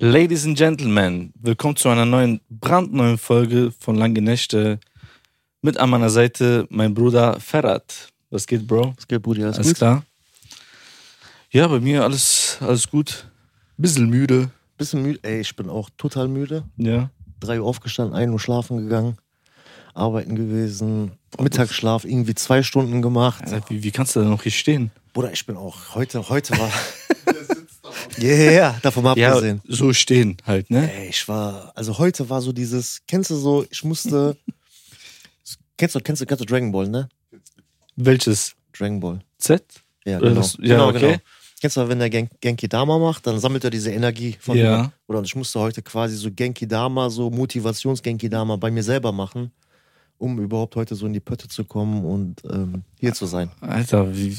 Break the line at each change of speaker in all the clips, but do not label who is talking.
Ladies and Gentlemen, willkommen zu einer neuen, brandneuen Folge von Lange Nächte. Mit an meiner Seite mein Bruder Ferhat. Was geht, Bro?
Was geht, Brudi? Alles
Alles
gut?
klar? Ja, bei mir alles, alles gut. Bisschen müde.
Bisschen müde. Ey, ich bin auch total müde.
Ja.
Drei Uhr aufgestanden, ein Uhr schlafen gegangen, arbeiten gewesen, Mittagsschlaf irgendwie zwei Stunden gemacht.
Wie, wie kannst du da noch hier stehen?
Bruder, ich bin auch heute, heute war. Ja, ja, ja, davon mal abgesehen.
so stehen halt, ne?
Ey, ich war, also heute war so dieses, kennst du so, ich musste, kennst du, kennst du, kennst du Dragon Ball, ne?
Welches?
Dragon Ball.
Z?
Ja,
Oder
genau.
was- ja,
genau,
okay.
genau. Kennst du, wenn der Gen Genki Dama macht, dann sammelt er diese Energie von
Ja.
jemandem. Oder und ich musste heute quasi so Genki Dama, so Motivations-Genki Dama bei mir selber machen, um überhaupt heute so in die Pötte zu kommen und ähm, hier zu sein.
Alter, wie.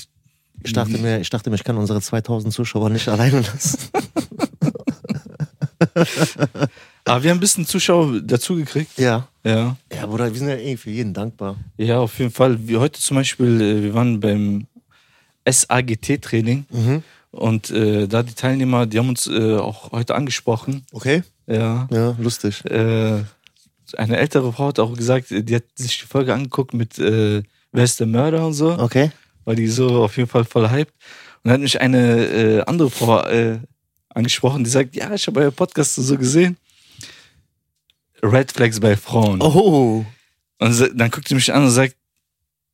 Ich dachte mir, ich dachte mir, ich kann unsere 2000 Zuschauer nicht alleine lassen.
Aber Ah, wir haben ein bisschen Zuschauer dazugekriegt.
ja.
Ja.
Ja, Bruder, wir sind ja irgendwie für jeden dankbar.
Ja, auf jeden Fall. Wie heute zum Beispiel, äh, wir waren beim SAGT-Training und äh, da die Teilnehmer, die haben uns äh, auch heute angesprochen.
Okay?
Ja.
Ja, lustig.
Äh, eine ältere Frau hat auch gesagt, äh, die hat sich die Folge angeguckt mit äh, Wer ist der Mörder und so,
Okay?
weil die so auf jeden Fall voll hyped. Und dann hat mich eine äh, andere Frau äh, angesprochen, die sagt, ja, ich habe euer Podcast so gesehen. Red Flags bei Frauen.
Oh!
Und sa- dann guckt sie mich an und sagt,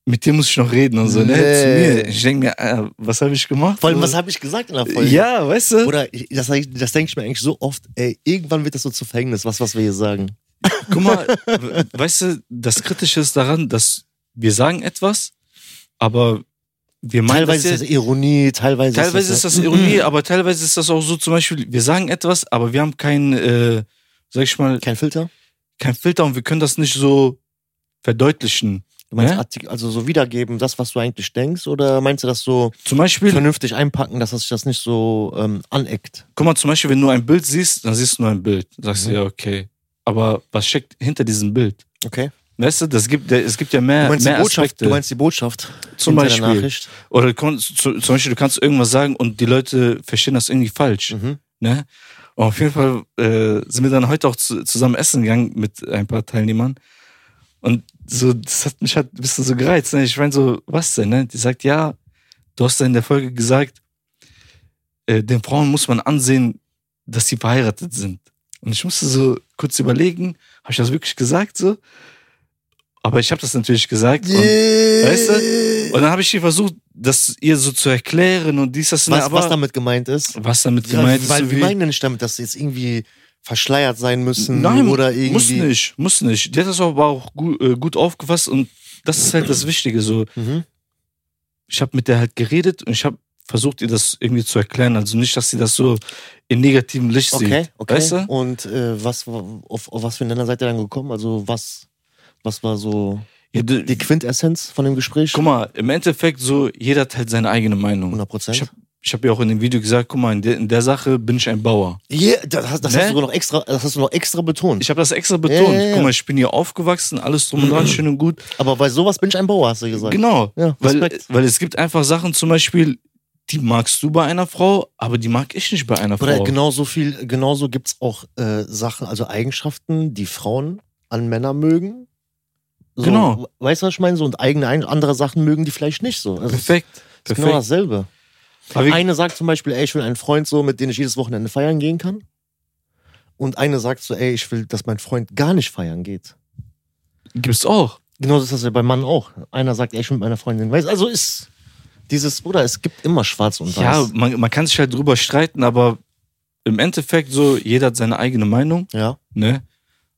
mit dir muss ich noch reden und so, ne?
Nee.
Zu mir. Ich denke mir, äh, was habe ich gemacht?
Vor allem, was habe ich gesagt in der Folge?
Ja, weißt du?
Oder ich, das, das denke ich mir eigentlich so oft, ey, irgendwann wird das so zu Verhängnis, was, was wir hier sagen.
Guck mal, we- weißt du, das Kritische ist daran, dass wir sagen etwas, aber wir meinen
Teilweise ist
das
das eh
ja,
Ironie, teilweise, ne?
Teilweise ist
Mhm.
das Ironie, aber teilweise ist das auch so zum Beispiel, wir sagen etwas, aber wir haben keinen, äh, sag ich mal,
Kein Filter?
keinen Filter und wir können das nicht so verdeutlichen.
Du meinst
Ne?
Artik- also so wiedergeben, das, was du eigentlich denkst, oder meinst du das so
Zum Beispiel,
vernünftig einpacken, dass sich das nicht so ähm, aneckt?
Guck mal, zum Beispiel, wenn du ein Bild siehst, dann siehst du nur ein Bild. Dann Sagst du,
Mhm.
ja, okay. Aber was steckt hinter diesem Bild?
Okay.
Weißt du, das gibt, es gibt ja mehr,
Du meinst, die
mehr
Botschaft,
Aspekte.
du meinst die Botschaft
Zum
hinter
Beispiel.
der Nachricht?
Oder kon- zu- zum Beispiel, du kannst irgendwas sagen und die Leute verstehen das irgendwie falsch.
Mhm.
Ne? Und auf jeden Fall äh, sind wir dann heute auch zu, zusammen essen gegangen mit ein paar Teilnehmern. Und so, das hat mich halt ein bisschen so gereizt. Ne? Ich meine so, was denn? Ne? Die sagt, ja, du hast ja in der Folge gesagt, äh, den Frauen muss man ansehen, dass sie verheiratet sind. Und ich musste so kurz überlegen, habe ich das wirklich gesagt so? Aber ich habe das natürlich gesagt. Und, weißt und dann habe ich ihr versucht, das ihr so zu erklären und dies, das. ne,
was,
aber
was damit gemeint ist?
was damit
Ja,
gemeint ist.
weil
so
wir
wie-
meinen ja nicht damit, dass sie jetzt irgendwie verschleiert sein müssen
Nein,
oder irgendwie.
Muss nicht, muss nicht. Die hat das aber auch gut, äh, gut aufgefasst und das ist halt das Wichtige. So,
Mhm.
ich habe mit der halt geredet und ich habe versucht, ihr das irgendwie zu erklären. Also nicht, dass sie das so in negativem Licht
Okay,
sieht.
okay.
Weißt du?
Und äh, was, war- auf, auf was für einen Nenner seid ihr dann gekommen? Also was, was war so
Ja, du-
die Quintessenz von dem Gespräch?
guck mal, im Endeffekt so, jeder hat halt seine eigene Meinung.
100 Prozent.
Ich habe ich hab ja auch in dem Video gesagt, guck mal, in der, in der Sache bin ich ein Bauer.
Ja, das, hast- das,
Ne?
hast du sogar noch extra, das hast du noch extra betont.
Ich habe das extra betont.
ja, ja.
Guck mal, ich bin hier aufgewachsen, alles drum und dran, schön und gut.
Aber bei sowas bin ich ein Bauer, hast du gesagt.
Genau.
Ja,
Weil,
Respekt.
weil es gibt einfach Sachen, zum Beispiel, die magst du bei einer Frau, aber die mag ich nicht bei einer
Oder
Frau.
genauso viel, genauso gibt's auch äh, Sachen, also Eigenschaften, die Frauen an Männer mögen. So,
Genau.
Weißt du, was ich meine? So, und eigene, ein- andere Sachen mögen die vielleicht nicht so. Also, es
Perfekt.
Ist genau
Perfekt.
dasselbe.
Aber wir,
Eine sagt zum Beispiel, ey, ich will einen Freund so, mit dem ich jedes Wochenende feiern gehen kann. Und eine sagt so, ey, ich will, dass mein Freund gar nicht feiern geht.
gibt's auch.
Genauso ist Genau das ja beim Mann auch. Einer sagt, ey, ich will mit meiner Freundin. Weißt, also ist dieses, Bruder, es gibt immer schwarz und weiß.
Ja, man, man kann sich halt drüber streiten, aber im Endeffekt so, jeder hat seine eigene Meinung,
Ja.
ne?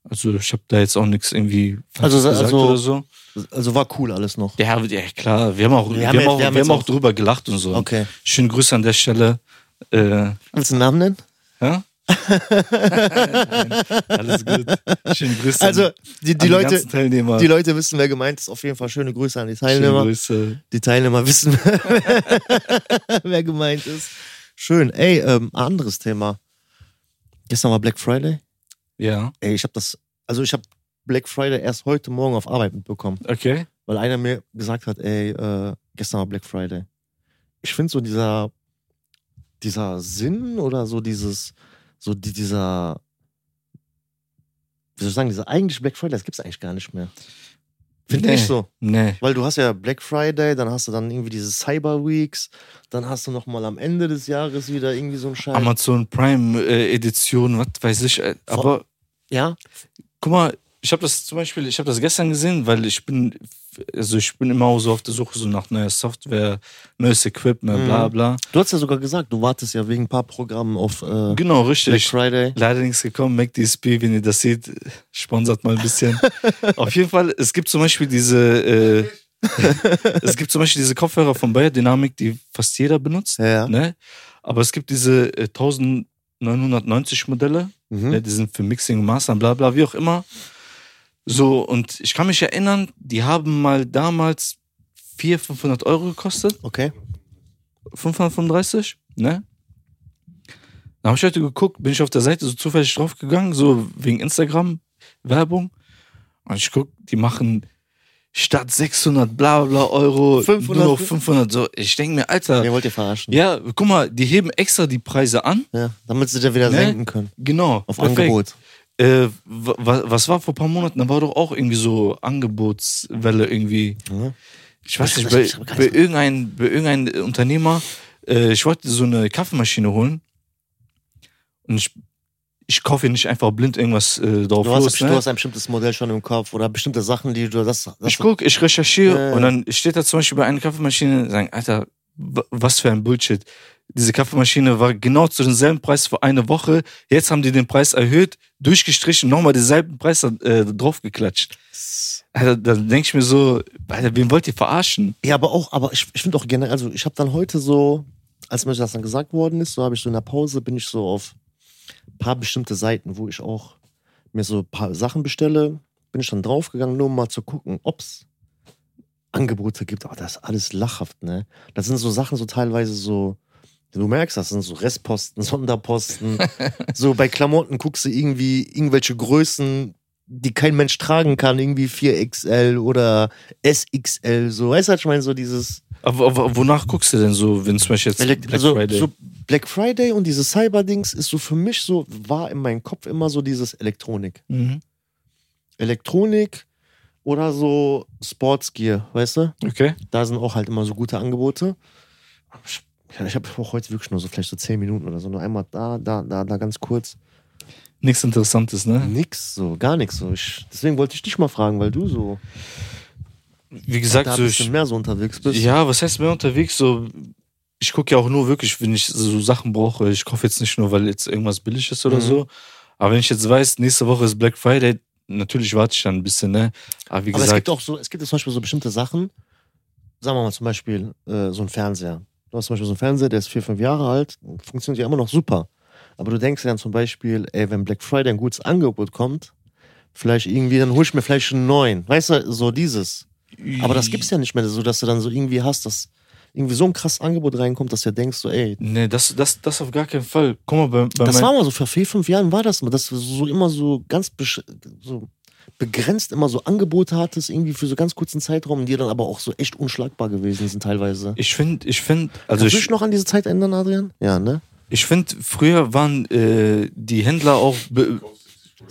Also ich habe da jetzt auch nichts irgendwie
Also,
Falsches gesagt
also-
oder so.
Also war cool alles noch.
Ja, ja, klar, wir haben auch, wir
haben
haben
jetzt-
auch,
wir haben
wir
jetzt
haben auch
auch-
drüber gelacht und so.
Okay.
Schönen Grüße an der Stelle. Äh,
Willst du einen Namen nennen?
ja? Alles gut. Schönen Grüße
Also,
an,
die, die,
an
Leute,
ganzen Teilnehmer.
die Leute wissen, wer gemeint ist. Auf jeden Fall schöne Grüße an die
Schöne
Teilnehmer.
Grüße.
Die Teilnehmer wissen, wer gemeint ist. Schön. Ey, ähm, ein anderes Thema. Gestern war Black Friday.
Ja,
Ey, ich habe das, also ich habe Black Friday erst heute Morgen auf Arbeit mitbekommen,
okay.
weil einer mir gesagt hat, ey, äh, gestern war Black Friday. Ich finde so dieser, dieser Sinn oder so dieses, so die, dieser, wie soll ich sagen, dieser eigentliche Black Friday, das gibt's eigentlich gar nicht mehr. Finde
Nee.
ich so.
Nee.
Weil du hast ja Black Friday, dann hast du dann irgendwie diese Cyber Weeks, dann hast du nochmal am Ende des Jahres wieder irgendwie so einen Scheiß.
Amazon Prime äh, Edition, was weiß ich. Äh, aber
ja,
guck mal, ich habe das zum Beispiel, ich habe das gestern gesehen, weil ich bin, also ich bin immer so auf der Suche so nach neuer Software, neues Equipment,
Mhm.
bla bla.
du hast ja sogar gesagt, du wartest ja wegen ein paar Programmen auf äh,
Genau,
Black
richtig.
Friday.
Leider nichts gekommen. MacDSP, wenn ihr das seht, sponsert mal ein bisschen. Auf jeden Fall, es gibt zum Beispiel diese, äh, es gibt zum Beispiel diese Kopfhörer von Bayer Dynamic, die fast jeder benutzt.
Ja.
Ne? Aber es gibt diese äh, 1990 Modelle, ne?
Mhm.
die sind für Mixing und Mastern, bla bla, wie auch immer. So, und ich kann mich erinnern, die haben mal damals 400, 500 Euro gekostet.
Okay.
535, ne? Dann habe ich heute geguckt, bin ich auf der Seite so zufällig draufgegangen, so wegen Instagram-Werbung. Und ich guck, die machen statt 600 bla bla Euro
500.
nur noch 500. So, ich denke mir, Alter,
Ihr wollt ihr verarschen.
ja, guck mal, die heben extra die Preise an.
Ja, damit sie dir wieder
Ne?
senken können.
Genau.
Auf
perfekt.
Angebot.
Äh, wa- wa- was war vor ein paar Monaten? Da war doch auch irgendwie so Angebotswelle irgendwie.
Ja.
Ich weiß
Ich
nicht,
weiß
bei,
nicht, ich hab gar
bei,
nicht-
irgendein, bei irgendein Unternehmer, äh, ich wollte so eine Kaffeemaschine holen und ich, ich kaufe hier nicht einfach blind irgendwas äh, drauf
Du, hast,
los.
du
Ne?
hast ein bestimmtes Modell schon im Kopf oder bestimmte Sachen, die du das. das
Ich gucke, ich recherchiere
Ja, ja.
und dann steht da zum Beispiel bei einer Kaffeemaschine, sagen, Alter, wa- was für ein Bullshit. Diese Kaffeemaschine war genau zu demselben Preis vor einer Woche. Jetzt haben die den Preis erhöht, durchgestrichen, nochmal denselben Preis äh, draufgeklatscht. Alter, dann denke Also, ich mir so, Alter, wen wollt ihr verarschen?
Ja, aber auch, aber ich, ich finde auch generell, also ich habe dann heute so, als mir das dann gesagt worden ist, so habe ich so in der Pause, bin ich so auf ein paar bestimmte Seiten, wo ich auch mir so ein paar Sachen bestelle, bin ich dann draufgegangen, nur um mal zu gucken, ob's Angebote gibt. Aber das ist alles lachhaft, ne? Das sind so Sachen, so teilweise so. Du merkst, das sind so Restposten, Sonderposten. so bei Klamotten guckst du irgendwie irgendwelche Größen, die kein Mensch tragen kann, irgendwie 4XL oder SXL, so. Weißt du, was ich meine, so dieses
Aber, aber wonach guckst du denn so, wenn zum Beispiel jetzt
Elekt
Black
also,
Friday?
So Black Friday und diese Cyber-Dings ist so für mich so, war in meinem Kopf immer so dieses Elektronik.
Mhm.
Elektronik oder so Sportsgear, weißt du?
Okay.
Da sind auch halt immer so gute Angebote. Aber Ich, ja, ich habe auch heute wirklich nur so vielleicht so 10 Minuten oder so, nur einmal da, da, da, da ganz kurz.
Nichts Interessantes, ne?
Nix so, gar nichts so. Ich, deswegen wollte ich dich mal fragen, weil du so
Wie gesagt,
da ein
so
bisschen
ich,
mehr so unterwegs bist.
ja, was heißt mehr unterwegs? So, ich gucke ja auch nur wirklich, wenn ich so Sachen brauche. Ich kaufe jetzt nicht nur, weil jetzt irgendwas billig ist oder
Mhm.
so. Aber wenn ich jetzt weiß, nächste Woche ist Black Friday, natürlich warte ich dann ein bisschen, ne? Aber wie
Aber es
gesagt,
gibt auch so, es gibt zum Beispiel so bestimmte Sachen, sagen wir mal zum Beispiel äh, so ein Fernseher. Du hast zum Beispiel so einen Fernseher, der ist vier, fünf Jahre alt, funktioniert ja immer noch super. Aber du denkst dir dann zum Beispiel, ey, wenn Black Friday ein gutes Angebot kommt, vielleicht irgendwie, dann hol ich mir vielleicht einen neuen. Weißt du, so dieses. Aber das gibt's ja nicht mehr, so dass du dann so irgendwie hast, dass irgendwie so ein krasses Angebot reinkommt, dass du denkst, so, ey,
Ne, das, das, das auf gar keinen Fall. Guck mal, bei, bei
das
mein-
war mal so, vor vier, fünf Jahren war das mal, dass du so immer so ganz besch so begrenzt immer so Angebote hattest, irgendwie für so ganz kurzen Zeitraum, die dann aber auch so echt unschlagbar gewesen sind teilweise.
ich finde, ich finde, also
Kannst du
ich,
dich noch an diese Zeit ändern, Adrian? Ja, ne?
ich finde, früher waren äh, die Händler auch be-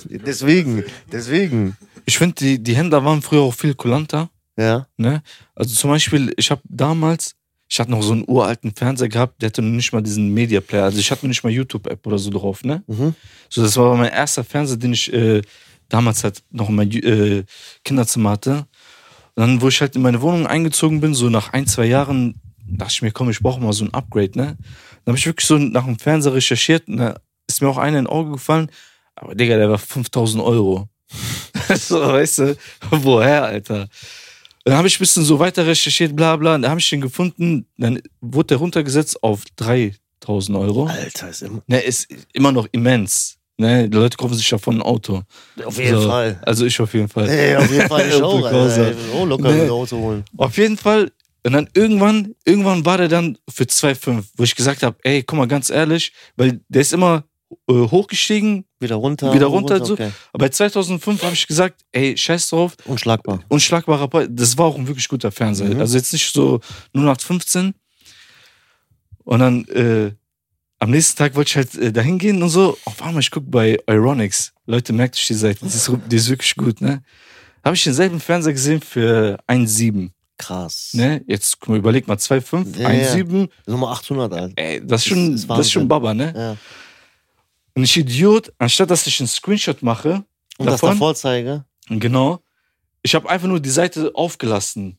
Deswegen, deswegen.
Ich finde, die, die Händler waren früher auch viel kulanter.
Ja,
Ne? Also zum Beispiel, ich habe damals, ich hatte noch so einen uralten Fernseher gehabt, der hatte noch nicht mal diesen Media Player. Also ich hatte noch nicht mal YouTube-App oder so drauf. Ne?
mhm.
So, das war mein erster Fernseher, den ich äh, damals halt noch in meinem Ju- äh, Kinderzimmer hatte. Und dann, wo ich halt in meine Wohnung eingezogen bin, so nach ein, zwei Jahren, dachte ich mir, komm, ich brauche mal so ein Upgrade, ne? Dann habe ich wirklich so nach dem Fernseher recherchiert und da ist mir auch einer in Auge gefallen, aber Digga, der war 5000 Euro. so, weißt du, woher, Alter? Dann habe ich ein bisschen so weiter recherchiert, bla bla, und da habe ich den gefunden, dann wurde der runtergesetzt auf 3000 Euro.
Alter, ist immer,
Ne, ist immer noch immens. Ne, die Leute kaufen sich davon ein Auto.
auf jeden
So.
Fall.
Also ich auf jeden Fall.
Ey, auf jeden Fall, ich auch,
Opel
Alter.
Corsa.
Ich will auch locker
Nee.
ein Auto holen.
Auf jeden Fall. Und dann irgendwann, irgendwann war der dann für 2,5, wo ich gesagt habe, ey, guck mal, ganz ehrlich, weil der ist immer äh, hochgestiegen.
Wieder runter.
Wieder runter, so.
okay.
Aber bei 2005 habe ich gesagt, ey, scheiß drauf,
Unschlagbar.
unschlagbarer Preis. Das war auch ein wirklich guter Fernseher.
Mhm.
Also jetzt nicht so 0815. Und dann äh, am nächsten Tag wollte ich halt äh, dahin gehen und so, oh, warte mal, ich gucke bei Euronics. Leute, merkt euch die Seite, das ist, die ist wirklich gut, ne? Habe ich denselben Fernseher gesehen für 1,7.
Krass.
Ne? Jetzt guck mal, überleg mal, 2,5,
Ja,
1,7.
Nochmal 800, Alter.
Ey, das ist schon,
Das ist
das ist schon
Wahnsinn.
Baba, ne?
Ja.
Und ich Idiot, anstatt dass ich einen Screenshot mache,
Und das
Davon?
davor zeige.
genau, ich habe einfach nur die Seite aufgelassen.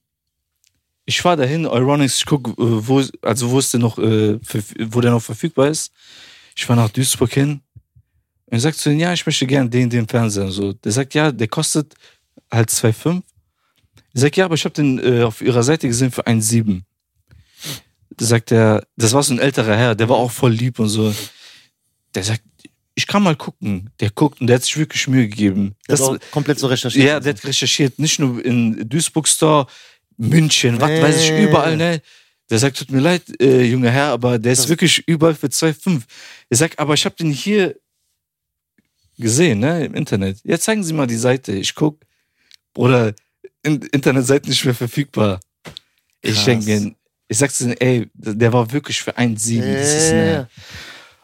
Ich fahre dahin, Euronics, ich guck, äh, wo, also wo ist der noch, äh, verf- wo der noch verfügbar ist. Ich fahre nach Duisburg hin. Und ich sag zu denen, ja, ich möchte gerne den, den Fernseher. und So, der sagt, ja, der kostet halt 2,5. Ich sag, ja, aber ich habe den äh, auf ihrer Seite gesehen für 1,7. Da sagt er, das war so ein älterer Herr, der war auch voll lieb und so. Der sagt, ich kann mal gucken. Der guckt und der hat sich wirklich Mühe gegeben.
Das
Das,
ist auch komplett so recherchiert.
ja, der hat recherchiert, nicht nur in Duisburg Store, München, was
Nee.
weiß ich, überall, ne? Der sagt, tut mir leid, äh, junger Herr, aber der ist
Das-
wirklich überall für 2,5. Er sagt, aber ich habe den hier gesehen, ne, im Internet. Ja, zeigen Sie mal die Seite. Ich guck, Bruder, in, Internetseiten nicht mehr verfügbar. Ich
Krass.
denke mir, ich sag's dir, ey, der war wirklich für 1,7. Das ist, ne,
ja.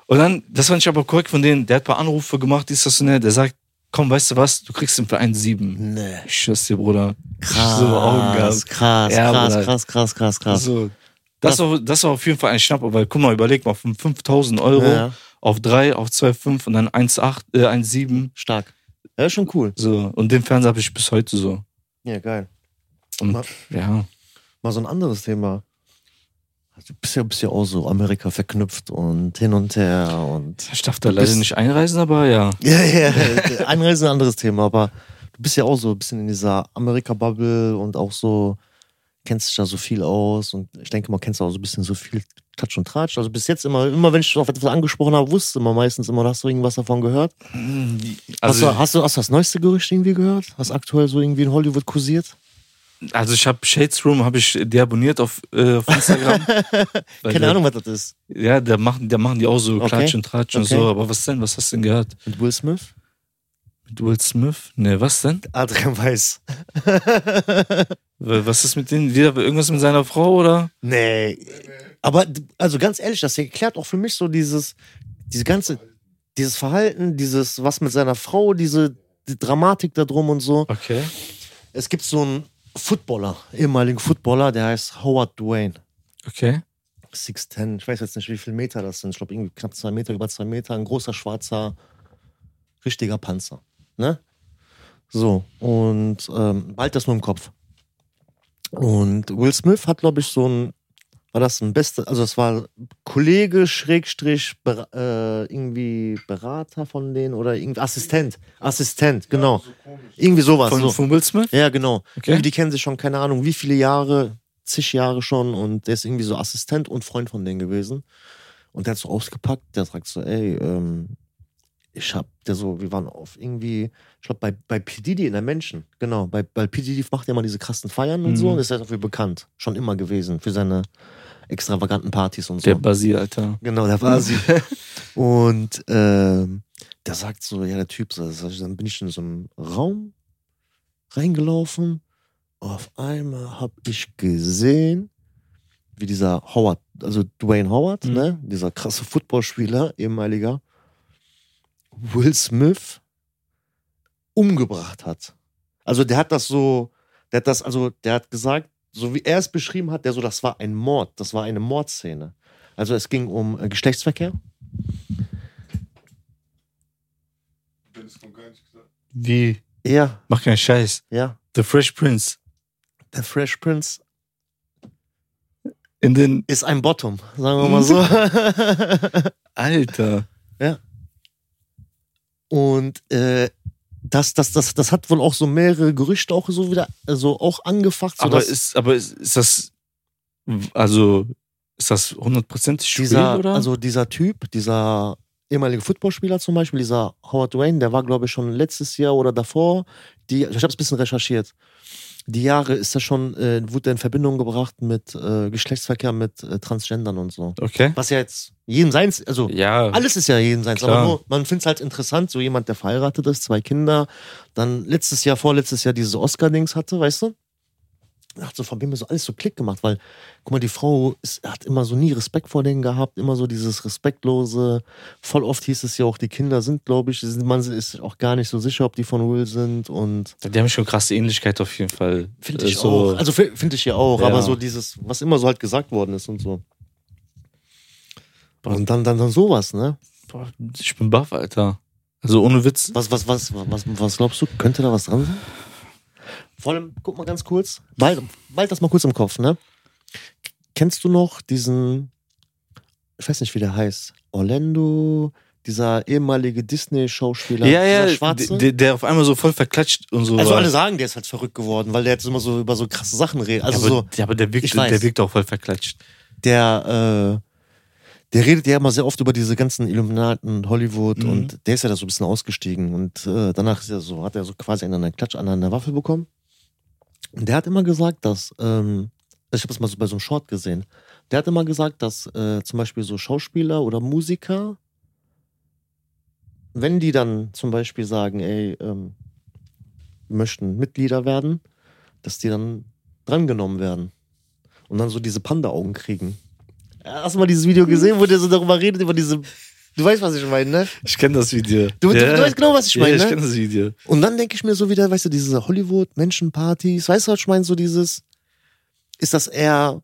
und dann, das fand ich aber korrekt von denen, der hat ein paar Anrufe gemacht, dies, das und der, der sagt, komm, weißt du was, du kriegst ihn für 1,7.
Nee.
Ich schwör's dir, Bruder.
Krass,
So Augen
krass,
gehabt.
krass,
Ja,
krass,
Bruder.
krass, krass, krass, krass.
Also, das, war, das war auf jeden Fall ein Schnapper, weil guck mal, überleg mal, von 5.000 Euro
Ja,
auf 3, auf 2,5 und dann 1,8, äh, 1,7.
stark. Ja, schon cool.
So, und den Fernseher habe ich bis heute so.
Ja, geil.
Und
Ma-
ja,
Mal so ein anderes Thema. Du bist ja, bist ja auch so Amerika verknüpft und hin und her und.
ich darf da
Du
leider
bist-
nicht einreisen, aber ja.
Ja, ja, ja. Einreise ist ein anderes Thema, aber du bist ja auch so ein bisschen in dieser Amerika-Bubble und auch so, kennst dich da so viel aus und ich denke mal, kennst du auch so ein bisschen so viel Touch und Tratsch. Also bis jetzt immer, immer wenn ich auf etwas angesprochen habe, wusste man meistens immer, hast du irgendwas davon gehört.
Also,
Hm, hast, du, hast, du, hast du das neueste Gerücht irgendwie gehört? Was aktuell so irgendwie in Hollywood kursiert?
also ich habe Shades Room, habe ich deabonniert auf, äh, auf Instagram. Weil
Keine
der-
Ahnung, was das ist.
Ja, da machen, da machen die auch so
Okay.
Klatsch und Tratsch und
Okay.
so. Aber was denn? Was hast du denn gehört?
Mit Will Smith?
Mit Will Smith? Ne, was denn?
Adrian Weiß.
W- Was ist mit denen? Wieder irgendwas mit seiner Frau oder?
Nee. Aber d- also ganz ehrlich, das erklärt auch für mich so dieses, diese ganze, dieses Verhalten, dieses was mit seiner Frau, diese die Dramatik da drum und so.
Okay.
Es gibt so einen Footballer, ehemaligen Footballer, der heißt Howard Dwayne.
Okay.
6'10, ich weiß jetzt nicht, wie viel Meter das sind. Ich glaube, irgendwie knapp zwei Meter, über zwei Meter. Ein großer, schwarzer, richtiger Panzer. Ne? So, und ähm, bald das nur im Kopf. Und Will Smith hat, glaube ich, so ein, war das ein beste, also es war Kollege, Schrägstrich, Ber- äh, irgendwie Berater von denen oder irgendwie Assistent, Assistent, genau. irgendwie sowas.
Von,
so.
von Will Smith?
Ja, genau.
Okay.
Die kennen sich schon, keine Ahnung, wie viele Jahre, zig Jahre schon und der ist irgendwie so Assistent und Freund von denen gewesen. Und der hat so ausgepackt, der sagt so, ey, ähm, ich hab, der so, wir waren auf irgendwie, ich glaube, bei, bei P. Diddy in der Menschen, genau, bei, bei P. Diddy macht er immer diese krassen Feiern und so
Mhm.
und ist halt dafür bekannt, schon immer gewesen, für seine extravaganten Partys und so.
Der Basil, Alter.
Genau, da war sie. Und ähm, da sagt so, ja, der Typ, so, so, dann bin ich in so einem Raum reingelaufen. Auf einmal habe ich gesehen, wie dieser Howard, also Dwayne Howard,
Mhm.
ne, dieser krasse Footballspieler, ehemaliger, Will Smith umgebracht hat. Also der hat das so, der hat das, also der hat gesagt, so wie er es beschrieben hat, der so, das war ein Mord, das war eine Mordszene. Also es ging um äh, Geschlechtsverkehr.
Dennis kommt gar nicht gesagt.
Wie?
Ja,
Mach keinen Scheiß.
ja.
The Fresh Prince.
Der Fresh Prince
In den.
ist ein Bottom, sagen wir mal so.
Alter.
Und äh, das, das, das, das hat wohl auch so mehrere Gerüchte auch so wieder, also auch angefacht,
aber
sodass
ist, aber ist, ist das. Also, ist das hundertprozentig Spiel
dieser,
oder?
also dieser Typ, dieser ehemalige Footballspieler zum Beispiel, dieser Howard Wayne, der war glaube ich schon letztes Jahr oder davor, die, ich habe es ein bisschen recherchiert. Die Jahre ist er schon, äh, wurde er in Verbindung gebracht mit äh, Geschlechtsverkehr mit äh, Transgendern und so.
okay.
Was ja jetzt jedem seins, also
Ja.
alles ist ja jedem seins,
Klar.
aber nur, man findet es halt interessant, so jemand, der verheiratet ist, zwei Kinder, dann letztes Jahr, vorletztes Jahr dieses Oscar-Dings hatte, weißt du? hat so von mir so alles so Klick gemacht, weil, guck mal, die Frau ist, hat immer so nie Respekt vor denen gehabt, immer so dieses Respektlose. Voll oft hieß es ja auch, die Kinder sind, glaube ich, sind, man ist auch gar nicht so sicher, ob die von Will sind und
Die haben schon krasse Ähnlichkeit auf jeden Fall.
finde
Äh,
ich
so,
auch. Also fi- finde ich ja auch,
Ja.
aber so dieses, was immer so halt gesagt worden ist und so. Und dann, dann, dann sowas, ne?
boah, ich bin baff, Alter. Also ohne Witz.
Was, was, was, was, was glaubst du? Könnte da was dran sein? Vor allem, guck mal ganz kurz, bald, bald das mal kurz im Kopf, ne? Kennst du noch diesen, ich weiß nicht, wie der heißt, Orlando, dieser ehemalige Disney-Schauspieler,
ja, ja,
dieser Schwarze?
der, der auf einmal so voll verklatscht und so.
also
war.
alle sagen, der ist halt verrückt geworden, weil der jetzt immer so über so krasse Sachen redet. Also
ja, aber,
so,
ja, aber der wirkt,
Ich weiß.
der wirkt auch voll verklatscht.
der, äh, der redet ja immer sehr oft über diese ganzen Illuminaten, Hollywood
Mhm.
und der ist ja da so ein bisschen ausgestiegen und äh, danach ist er so, hat er so quasi einen an der Klatsch, einen an der Waffe bekommen. Und der hat immer gesagt, dass, ähm, ich habe das mal so bei so einem Short gesehen, der hat immer gesagt, dass äh, zum Beispiel so Schauspieler oder Musiker, wenn die dann zum Beispiel sagen, ey, ähm, wir möchten Mitglieder werden, dass die dann drangenommen werden und dann so diese Panda-Augen kriegen. Hast du mal dieses Video gesehen, wo der so darüber redet, über diese. Du weißt, was ich meine, ne?
Ich kenne das Video.
Du, du,
ja.
du weißt genau, was ich
ja,
meine,
ich
ne?
kenne das Video.
Und dann denke ich mir so wieder, weißt du, diese Hollywood-Menschenpartys, weißt du, was ich meine, so dieses. Ist das eher.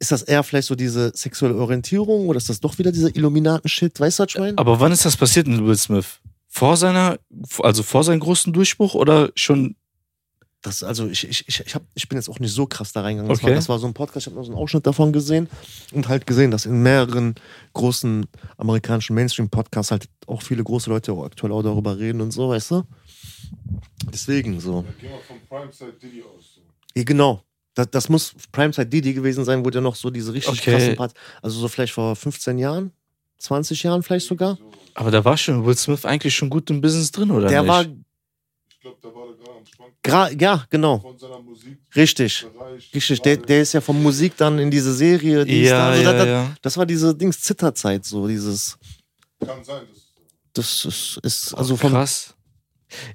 Ist das eher vielleicht so diese sexuelle Orientierung oder ist das doch wieder dieser Illuminaten-Shit? Weißt du, was ich meine?
Aber wann ist das passiert mit Will Smith? Vor seiner, also vor seinem großen Durchbruch oder schon?
Das, also ich, ich, ich, ich, hab, ich bin jetzt auch nicht so krass da reingegangen. Das,
Okay.
war, das war so ein Podcast, ich habe nur so einen Ausschnitt davon gesehen und halt gesehen, dass in mehreren großen amerikanischen Mainstream-Podcasts halt auch viele große Leute auch aktuell auch darüber reden und so, weißt du? Deswegen so.
Ja, geh mal vom Prime-Side Diddy aus. So.
Ja, genau. Das, das muss Primetime Didi gewesen sein, wo der noch so diese richtig
Okay.
krassen Part, also so vielleicht vor 15 Jahren, 20 Jahren vielleicht sogar.
So,
Aber da war schon Will Smith eigentlich schon gut im Business drin, oder
Der
nicht?
war,
Ich glaube, da war er gerade am Schwanken.
gra- ja, genau,
Von seiner Musik.
richtig. Richtig, der, der ist ja von Musik dann in diese Serie. Die ist da,
ja,
also
ja,
da, da,
ja.
Das war diese Dings Zitterzeit, so dieses.
Kann sein, dass.
Das ist, ist
Boah,
also vom.
krass.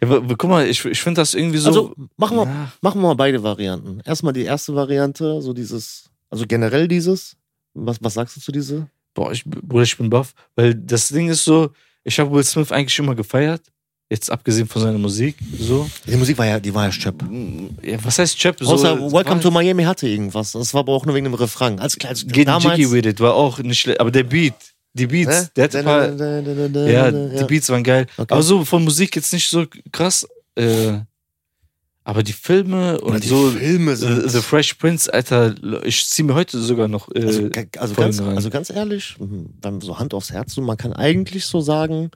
Ja, aber, aber guck mal, ich, ich finde das irgendwie so.
also machen wir,
Ja.
machen wir mal beide Varianten. Erstmal die erste Variante, so dieses, also generell dieses. Was, was sagst du zu dieser?
Boah, ich, Bruder, ich bin baff. Weil das Ding ist so, ich habe Will Smith eigentlich immer gefeiert. Jetzt abgesehen von seiner Musik. So.
Die Musik war ja, die war ja schöp.
Ja, was heißt Chap? So, äh,
Außer
es
Welcome
war-
to Miami hatte irgendwas. Das war aber auch nur wegen dem Refrain. Als, als
Get Jiggy
damals.
with it war auch nicht schlecht. Aber der Beat, die Beats,
Hä?
der hat ein paar.
Da, da, da, da, da,
Ja,
da,
die Beats Also, waren geil.
Okay.
Aber so von Musik jetzt nicht so krass. Äh, aber die Filme und
die
so.
Filme
The,
sind.
The Fresh Prince, Alter, ich ziehe mir heute sogar noch. Äh,
Also, ga- also,
Folgen
ganz,
rein.
also ganz ehrlich, wenn so Hand aufs Herz, so, man kann eigentlich so sagen,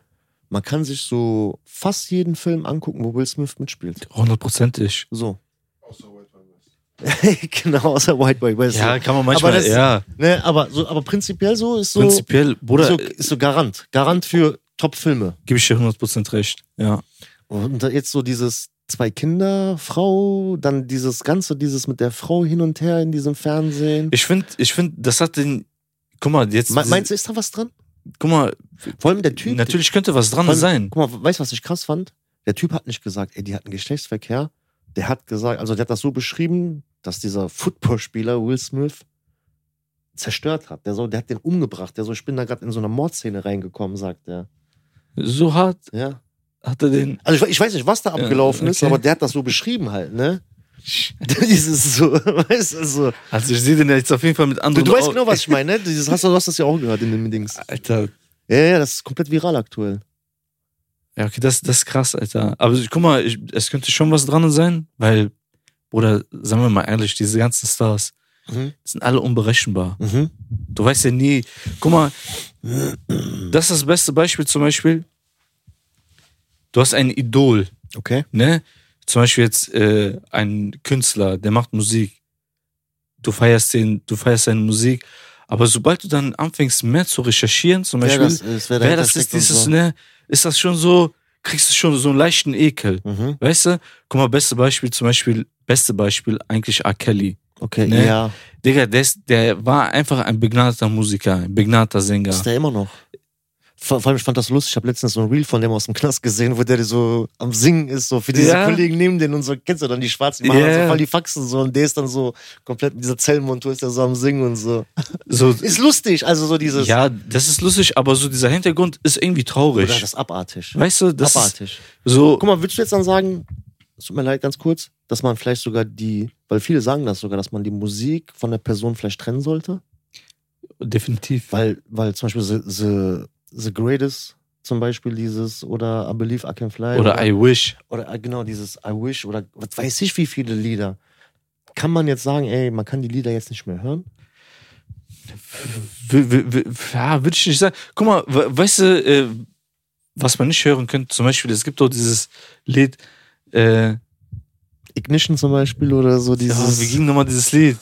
man kann sich so fast jeden Film angucken, wo Will Smith mitspielt.
Hundertprozentig.
So.
Außer White Man West.
genau, außer White Boy West.
Ja, kann man manchmal.
manchmal- das-
ja,
Ne, aber, so, aber prinzipiell so ist so,
prinzipiell, Bruder,
so, ist so Garant. Garant für Top-Filme.
gebe ich dir 100% recht. Ja.
Und da jetzt so dieses zwei Kinder, Frau, dann dieses Ganze, dieses mit der Frau hin und her in diesem Fernsehen.
Ich finde, ich find, das hat den. Guck mal, jetzt.
Me meinst du, ist da was dran?
guck mal,
Vor allem der Typ.
natürlich könnte was dran
Vor allem-
sein.
Guck mal, weißt du, was ich krass fand? Der Typ hat nicht gesagt, ey, die hatten Geschlechtsverkehr. Der hat gesagt, also der hat das so beschrieben, dass dieser Footballspieler Will Smith zerstört hat. Der, so, der hat den umgebracht. Der so, ich bin da gerade in so einer Mordszene reingekommen, sagt er.
So hart
Ja.
hat er den.
Also ich, ich weiß nicht, was da
Ja,
abgelaufen ist,
okay.
aber der hat das so beschrieben halt, ne? Dieses so, weißt du, so.
Also, ich sehe den jetzt auf jeden Fall mit
Du,
anderen
du weißt
Augen.
genau, was ich meine, ne? Dieses, hast, du du hast das ja auch gehört in den Dings.
Alter.
Ja, ja, das ist komplett viral aktuell.
Ja, okay, das, das ist krass, Alter. Aber guck mal, ich, es könnte schon was dran sein, weil, Bruder, sagen wir mal ehrlich, diese ganzen Stars
Mhm.
sind alle unberechenbar.
Mhm.
Du weißt ja nie. Guck mal, das ist das beste Beispiel zum Beispiel. Du hast ein Idol,
Okay.
ne? Zum Beispiel jetzt äh, ein Künstler, der macht Musik. Du feierst den, du feierst seine Musik. Aber sobald du dann anfängst, mehr zu recherchieren, zum
Wer
Beispiel,
das ist, wer,
wer
dahinter
das ist,
steckt und
dieses,
so.
ne, ist das schon so, kriegst du schon so einen leichten Ekel.
Mhm.
Weißt du? Guck mal, beste Beispiel, zum Beispiel, beste Beispiel eigentlich R. Kelly.
Okay,
Ne?
ja.
Digga, der, ist, der war einfach ein begnadeter Musiker, ein begnadeter Sänger.
Ist der immer noch. Vor, vor allem, ich fand das lustig. Ich habe letztens so ein Reel von dem aus dem Knast gesehen, wo der so am Singen ist, so für diese
Ja.
Kollegen neben den und so. Kennst du dann die Schwarzen? Die machen
Ja.
so voll die Faxen so und der ist dann so komplett mit dieser Zellenmontur, ist der so am Singen und so.
So,
Ist lustig, also so dieses.
ja, das ist lustig, aber so dieser Hintergrund ist irgendwie
Oder
traurig.
das ist abartig.
weißt du, das ist
abartig.
so.
Guck mal, würdest du jetzt dann sagen, es tut mir leid, ganz kurz, dass man vielleicht sogar die, weil viele sagen das sogar, dass man die Musik von der Person vielleicht trennen sollte?
Definitiv.
Weil, weil zum Beispiel The, the, the Greatest zum Beispiel dieses oder I Believe I Can Fly
Oder I wish.
oder äh, genau dieses I Wish oder was weiß ich wie viele Lieder. Kann man jetzt sagen, ey, man kann die Lieder jetzt nicht mehr hören?
W- w- w- Ja, würde ich nicht sagen. Guck mal, we- weißt du, äh, was man nicht hören könnte, zum Beispiel, es gibt doch dieses Lied, äh,
Ignition zum Beispiel oder so
ja, wie
dieses
ging nochmal dieses Lied?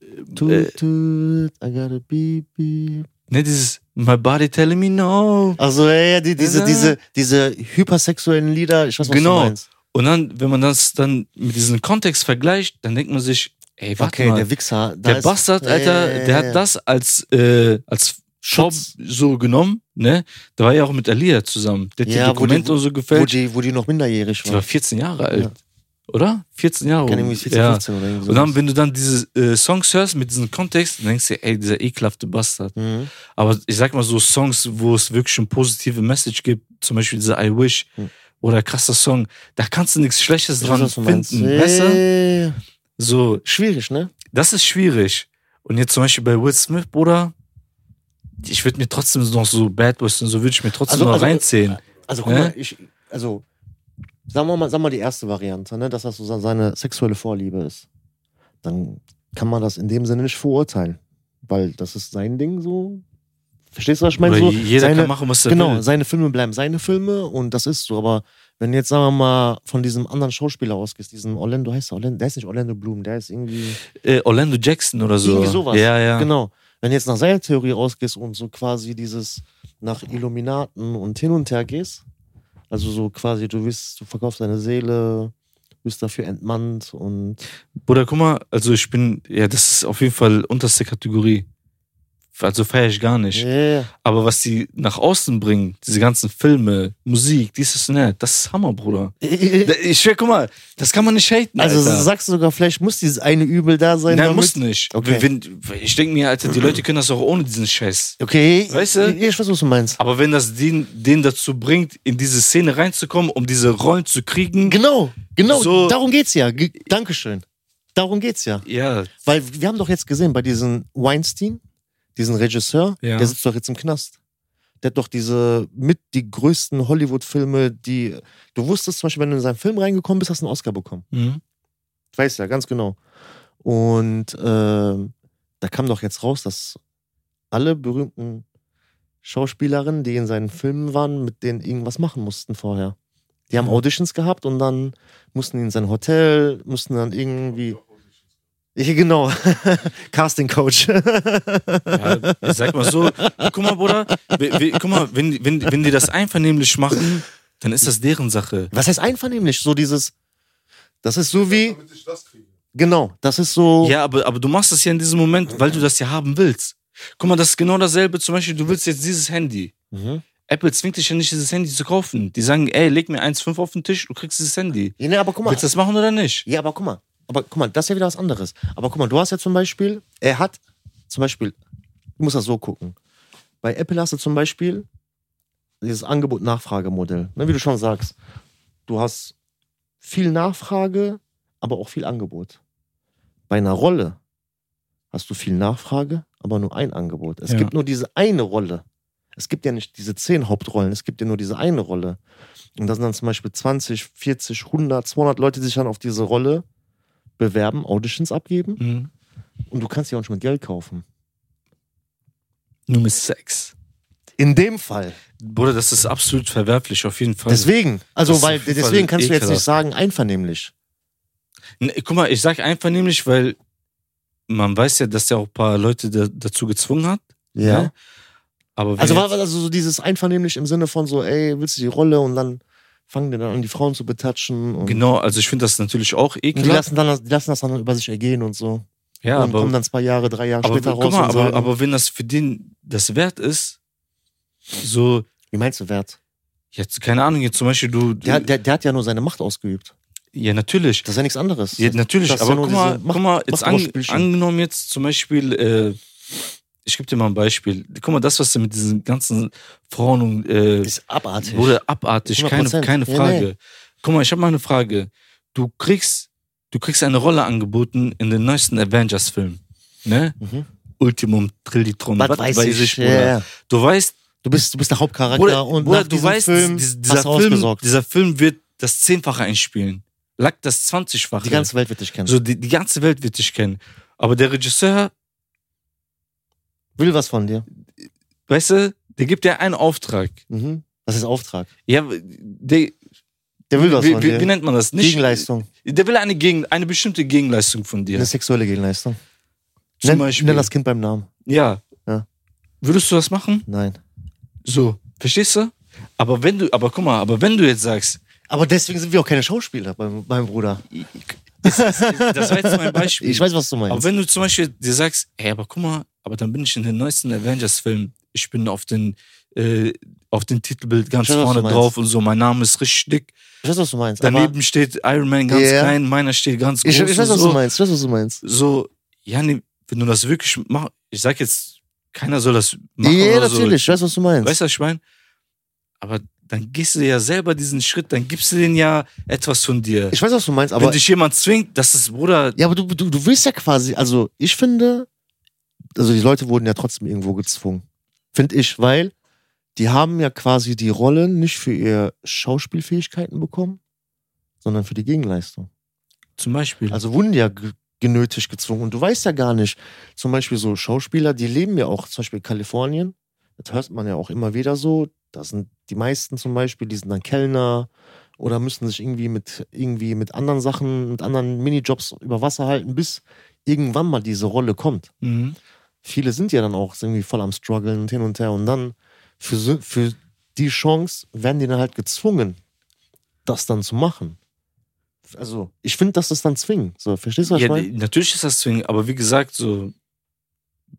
äh,
Toot, toot, I gotta beep, beep.
Ne, dieses My body telling me no.
Also ja, ja, die, diese,
Ja.
diese, diese hypersexuellen Lieder, ich weiß was
Genau.
du meinst.
Und dann, wenn man das dann mit diesem Kontext vergleicht, dann denkt man sich, ey, warte
Okay,
mal,
der Wichser. da
der
ist-
Bastard,
Ja,
Alter,
ja, ja,
der
ja.
hat das als, äh, als Job
Schutz.
so genommen, ne? Der war ja auch mit Alia zusammen. Der hat
Ja,
die
wo die-
Dokumente und so
Wo
gefällt.
die, wo die noch minderjährig
Die
war.
war 14 Jahre alt,
Ja.
oder? 14 Jahre.
Kann irgendwie 14,
ja.
15 oder irgendwie
Und dann,
sowas.
wenn du dann diese äh, Songs hörst mit diesem Kontext, dann denkst du, dir, ey, dieser ekelhafte Bastard.
Mhm.
Aber ich sag mal so Songs, wo es wirklich eine positive Message gibt, zum Beispiel dieser I Wish
Hm.
oder krasser Song, da kannst du nichts Schlechtes
Ich weiß,
dran
was du meinst.
finden.
Ja,
Weißt
ja,
du?
ja, ja.
So,
Schwierig, ne?
das ist schwierig. Und jetzt zum Beispiel bei Will Smith, Bruder, ich würde mir trotzdem noch so Bad Boys und so würde ich mir trotzdem
Also-
noch
also-
reinziehen.
Also guck
Ne?
mal, ich, also sagen wir mal, sagen wir mal die erste Variante, ne, dass das so seine sexuelle Vorliebe ist. Dann kann man das in dem Sinne nicht verurteilen, weil das ist sein Ding so. Verstehst du, was ich meine?
Weil
So,
jeder
seine,
kann machen, was er
genau,
will.
seine Filme bleiben seine Filme und das ist so. Aber wenn jetzt sagen wir mal von diesem anderen Schauspieler ausgehst, diesem Orlando heißt er Orlando, der ist nicht Orlando Bloom, der ist irgendwie
Äh, Orlando Jackson oder so.
Irgendwie sowas.
Ja, ja.
Genau. Wenn du jetzt nach seiner Theorie ausgehst und so quasi dieses nach Illuminaten und hin und her gehst, also so quasi, du wirst, du verkaufst deine Seele, wirst dafür entmannt und
Bruder, guck mal, also ich bin, ja, das ist auf jeden Fall unterste Kategorie. Also feiere ich gar nicht.
yeah.
Aber was die nach außen bringen, diese ganzen Filme, Musik, dieses, ne, das ist Hammer, Bruder. Da- Ich schwör, guck mal, das kann man nicht haten.
Also
Alter.
sagst du sogar, vielleicht muss dieses eine Übel da sein.
Nein,
damit-
muss nicht.
Okay.
Wenn, wenn, ich denke mir, Alter, die Leute können das auch ohne diesen Scheiß.
Okay,
Weißt du?
ich weiß, was du meinst.
Aber wenn das den, den dazu bringt, in diese Szene reinzukommen, um diese Rollen zu kriegen,
Genau, genau,
So-
darum geht's ja. Ge Dankeschön. Darum geht's ja.
ja,
Weil wir haben doch jetzt gesehen, bei diesem Weinstein, diesen Regisseur,
Ja.
der sitzt doch jetzt im Knast. Der hat doch diese mit die größten Hollywood-Filme, die. Du wusstest zum Beispiel, wenn du in seinen Film reingekommen bist, hast du einen Oscar bekommen.
mhm.
Ich weiß ja, ganz genau. Und ähm, da kam doch jetzt raus, dass alle berühmten Schauspielerinnen, die in seinen Filmen waren, mit denen irgendwas machen mussten vorher. Die haben Auditions gehabt und dann mussten die in sein Hotel, mussten dann irgendwie. Ja, genau. Casting Coach.
ja, ich sag mal so, guck mal, Bruder, we- we- guck mal, wenn, wenn, wenn die das einvernehmlich machen, dann ist das deren Sache.
Was heißt einvernehmlich? So dieses. Das ist so wie.
Damit ich das kriege.
Genau, das ist so.
Ja, aber, aber du machst das ja in diesem Moment, weil du das ja haben willst. Guck mal, das ist genau dasselbe. Zum Beispiel, du willst jetzt dieses Handy.
Mhm.
Apple zwingt dich ja nicht, dieses Handy zu kaufen. Die sagen, ey, leg mir 1,5 auf den Tisch, du kriegst dieses Handy.
Ja, ne, aber guck mal.
Willst du das machen oder nicht?
Ja, aber guck mal. Aber guck mal, das ist ja wieder was anderes. Aber guck mal, du hast ja zum Beispiel. Er hat zum Beispiel. Du musst das so gucken. Bei Apple hast du zum Beispiel dieses Angebot-Nachfrage-Modell. Ne, wie du schon sagst. Du hast viel Nachfrage, aber auch viel Angebot. Bei einer Rolle hast du viel Nachfrage, aber nur ein Angebot. Es
Ja.
gibt nur diese eine Rolle. Es gibt ja nicht diese zehn Hauptrollen, es gibt ja nur diese eine Rolle. Und da sind dann zum Beispiel 20, 40, 100, 200 Leute, die sich dann auf diese Rolle bewerben, Auditions abgeben.
Mhm.
Und du kannst ja auch nicht mit Geld kaufen.
Nur mit Sex.
In dem Fall.
Bruder, das ist absolut verwerflich, auf jeden Fall.
Deswegen.
Das
Also,
ist
weil,
auf jeden
deswegen
Fall
kannst du jetzt
ekelhaft.
nicht sagen, einvernehmlich.
Ne, guck mal, ich sag einvernehmlich, weil man weiß ja, dass der auch ein paar Leute da, dazu gezwungen hat.
Ja.
ne? Aber
Also,
wenn
war, war also so dieses einvernehmlich im Sinne von so, ey, willst du die Rolle und dann fangen die dann an, die Frauen zu betatschen. Und
Genau, also ich finde das natürlich auch
Und die
ekelhaft.
lassen, dann, die lassen das dann über sich ergehen und so.
Ja,
und kommen
aber,
dann zwei Jahre, drei Jahre
aber,
später
guck
raus
mal,
und
aber,
sagen,
aber wenn das für den das wert ist, So,
Wie meinst du Wert?
jetzt, keine Ahnung, jetzt zum Beispiel du. du
Der, der, der hat ja nur seine Macht ausgeübt.
ja, natürlich.
Das ist ja nichts anderes.
Ja, natürlich,
das ist
aber
ja nur
guck mal,
diese Macht-
guck mal jetzt an,
Machtausspielchen.
angenommen jetzt zum Beispiel, äh, ich gebe dir mal ein Beispiel. Guck mal, das, was du mit diesen ganzen Frauen und äh,
Ist abartig.
wurde abartig, keine,
100%.
keine
Nee,
Frage. Guck mal, ich habe mal eine Frage. Du kriegst, du kriegst eine Rolle angeboten in den neuesten Avengers-Film, ne?
Mhm.
Ultimum Trilitron,
was weiß ich.
Bruder.
Ja, ja.
Du weißt,
Du bist, du bist der Hauptcharakter
Bruder,
und
Bruder,
nach
du
diesem
weißt,
Film
dies-
hast du
dieser, Film,
ausgesorgt.
dieser Film wird das Zehnfache einspielen. Lack das 20-fache.
die ganze Welt wird dich kennen.
So, die, die ganze Welt wird dich kennen. Aber der Regisseur,
Will was von dir.
weißt du, der gibt dir einen Auftrag.
Mhm. Das ist Auftrag.
Ja, der,
Der will was
wie,
von
wie,
dir.
wie nennt man das? Nicht,
Gegenleistung.
Der will eine, Gegen, eine bestimmte Gegenleistung von dir.
Eine sexuelle Gegenleistung.
Zum
nenn,
Beispiel.
nenn das Kind beim Namen.
ja.
Ja.
Würdest du das machen?
Nein.
So. Verstehst du? Aber wenn du, aber guck mal, aber wenn du jetzt sagst,
Aber deswegen sind wir auch keine Schauspieler, mein, mein Bruder.
ich- das war jetzt mein Beispiel.
Ich weiß, was du meinst.
Aber wenn du zum Beispiel dir sagst, ey, aber guck mal, aber dann bin ich in den neuesten Avengers-Film, ich bin auf den, äh, auf den Titelbild ganz
Ich weiß, was
vorne
du meinst.
drauf und so, mein Name ist richtig dick.
ich weiß, was du meinst.
Daneben
aber
steht Iron Man ganz
Ja.
klein, meiner steht ganz groß.
ich, ich weiß,
und
was
so.
du meinst. Ich weiß, was du meinst.
So, ja, nee, wenn du das wirklich machst, ich sag jetzt, keiner soll das machen.
ja,
oder so.
natürlich. Ich weiß, was du meinst.
Weißt du, was ich meine? Aber dann gehst du ja selber diesen Schritt, dann gibst du denen ja etwas von dir.
ich weiß, was du meinst, aber
wenn dich jemand zwingt, das ist, Bruder,
Ja, aber du, du, du willst ja quasi, also ich finde, also die Leute wurden ja trotzdem irgendwo gezwungen. Finde ich, weil die haben ja quasi die Rollen nicht für ihre Schauspielfähigkeiten bekommen, sondern für die Gegenleistung.
zum Beispiel.
Also wurden die ja ge- genötigt gezwungen. Und du weißt ja gar nicht, zum Beispiel so Schauspieler, die leben ja auch, zum Beispiel in Kalifornien, das hört man ja auch immer wieder so, da sind die meisten zum Beispiel, die sind dann Kellner oder müssen sich irgendwie mit, irgendwie mit anderen Sachen, mit anderen Minijobs über Wasser halten, bis irgendwann mal diese Rolle kommt.
mhm.
Viele sind ja dann auch irgendwie voll am Struggeln und hin und her und dann für, so- für die Chance werden die dann halt gezwungen, das dann zu machen. Also, ich finde, dass das dann zwingen. So, verstehst du, was
ja,
ich meine?
natürlich ist das zwingend, aber wie gesagt, so,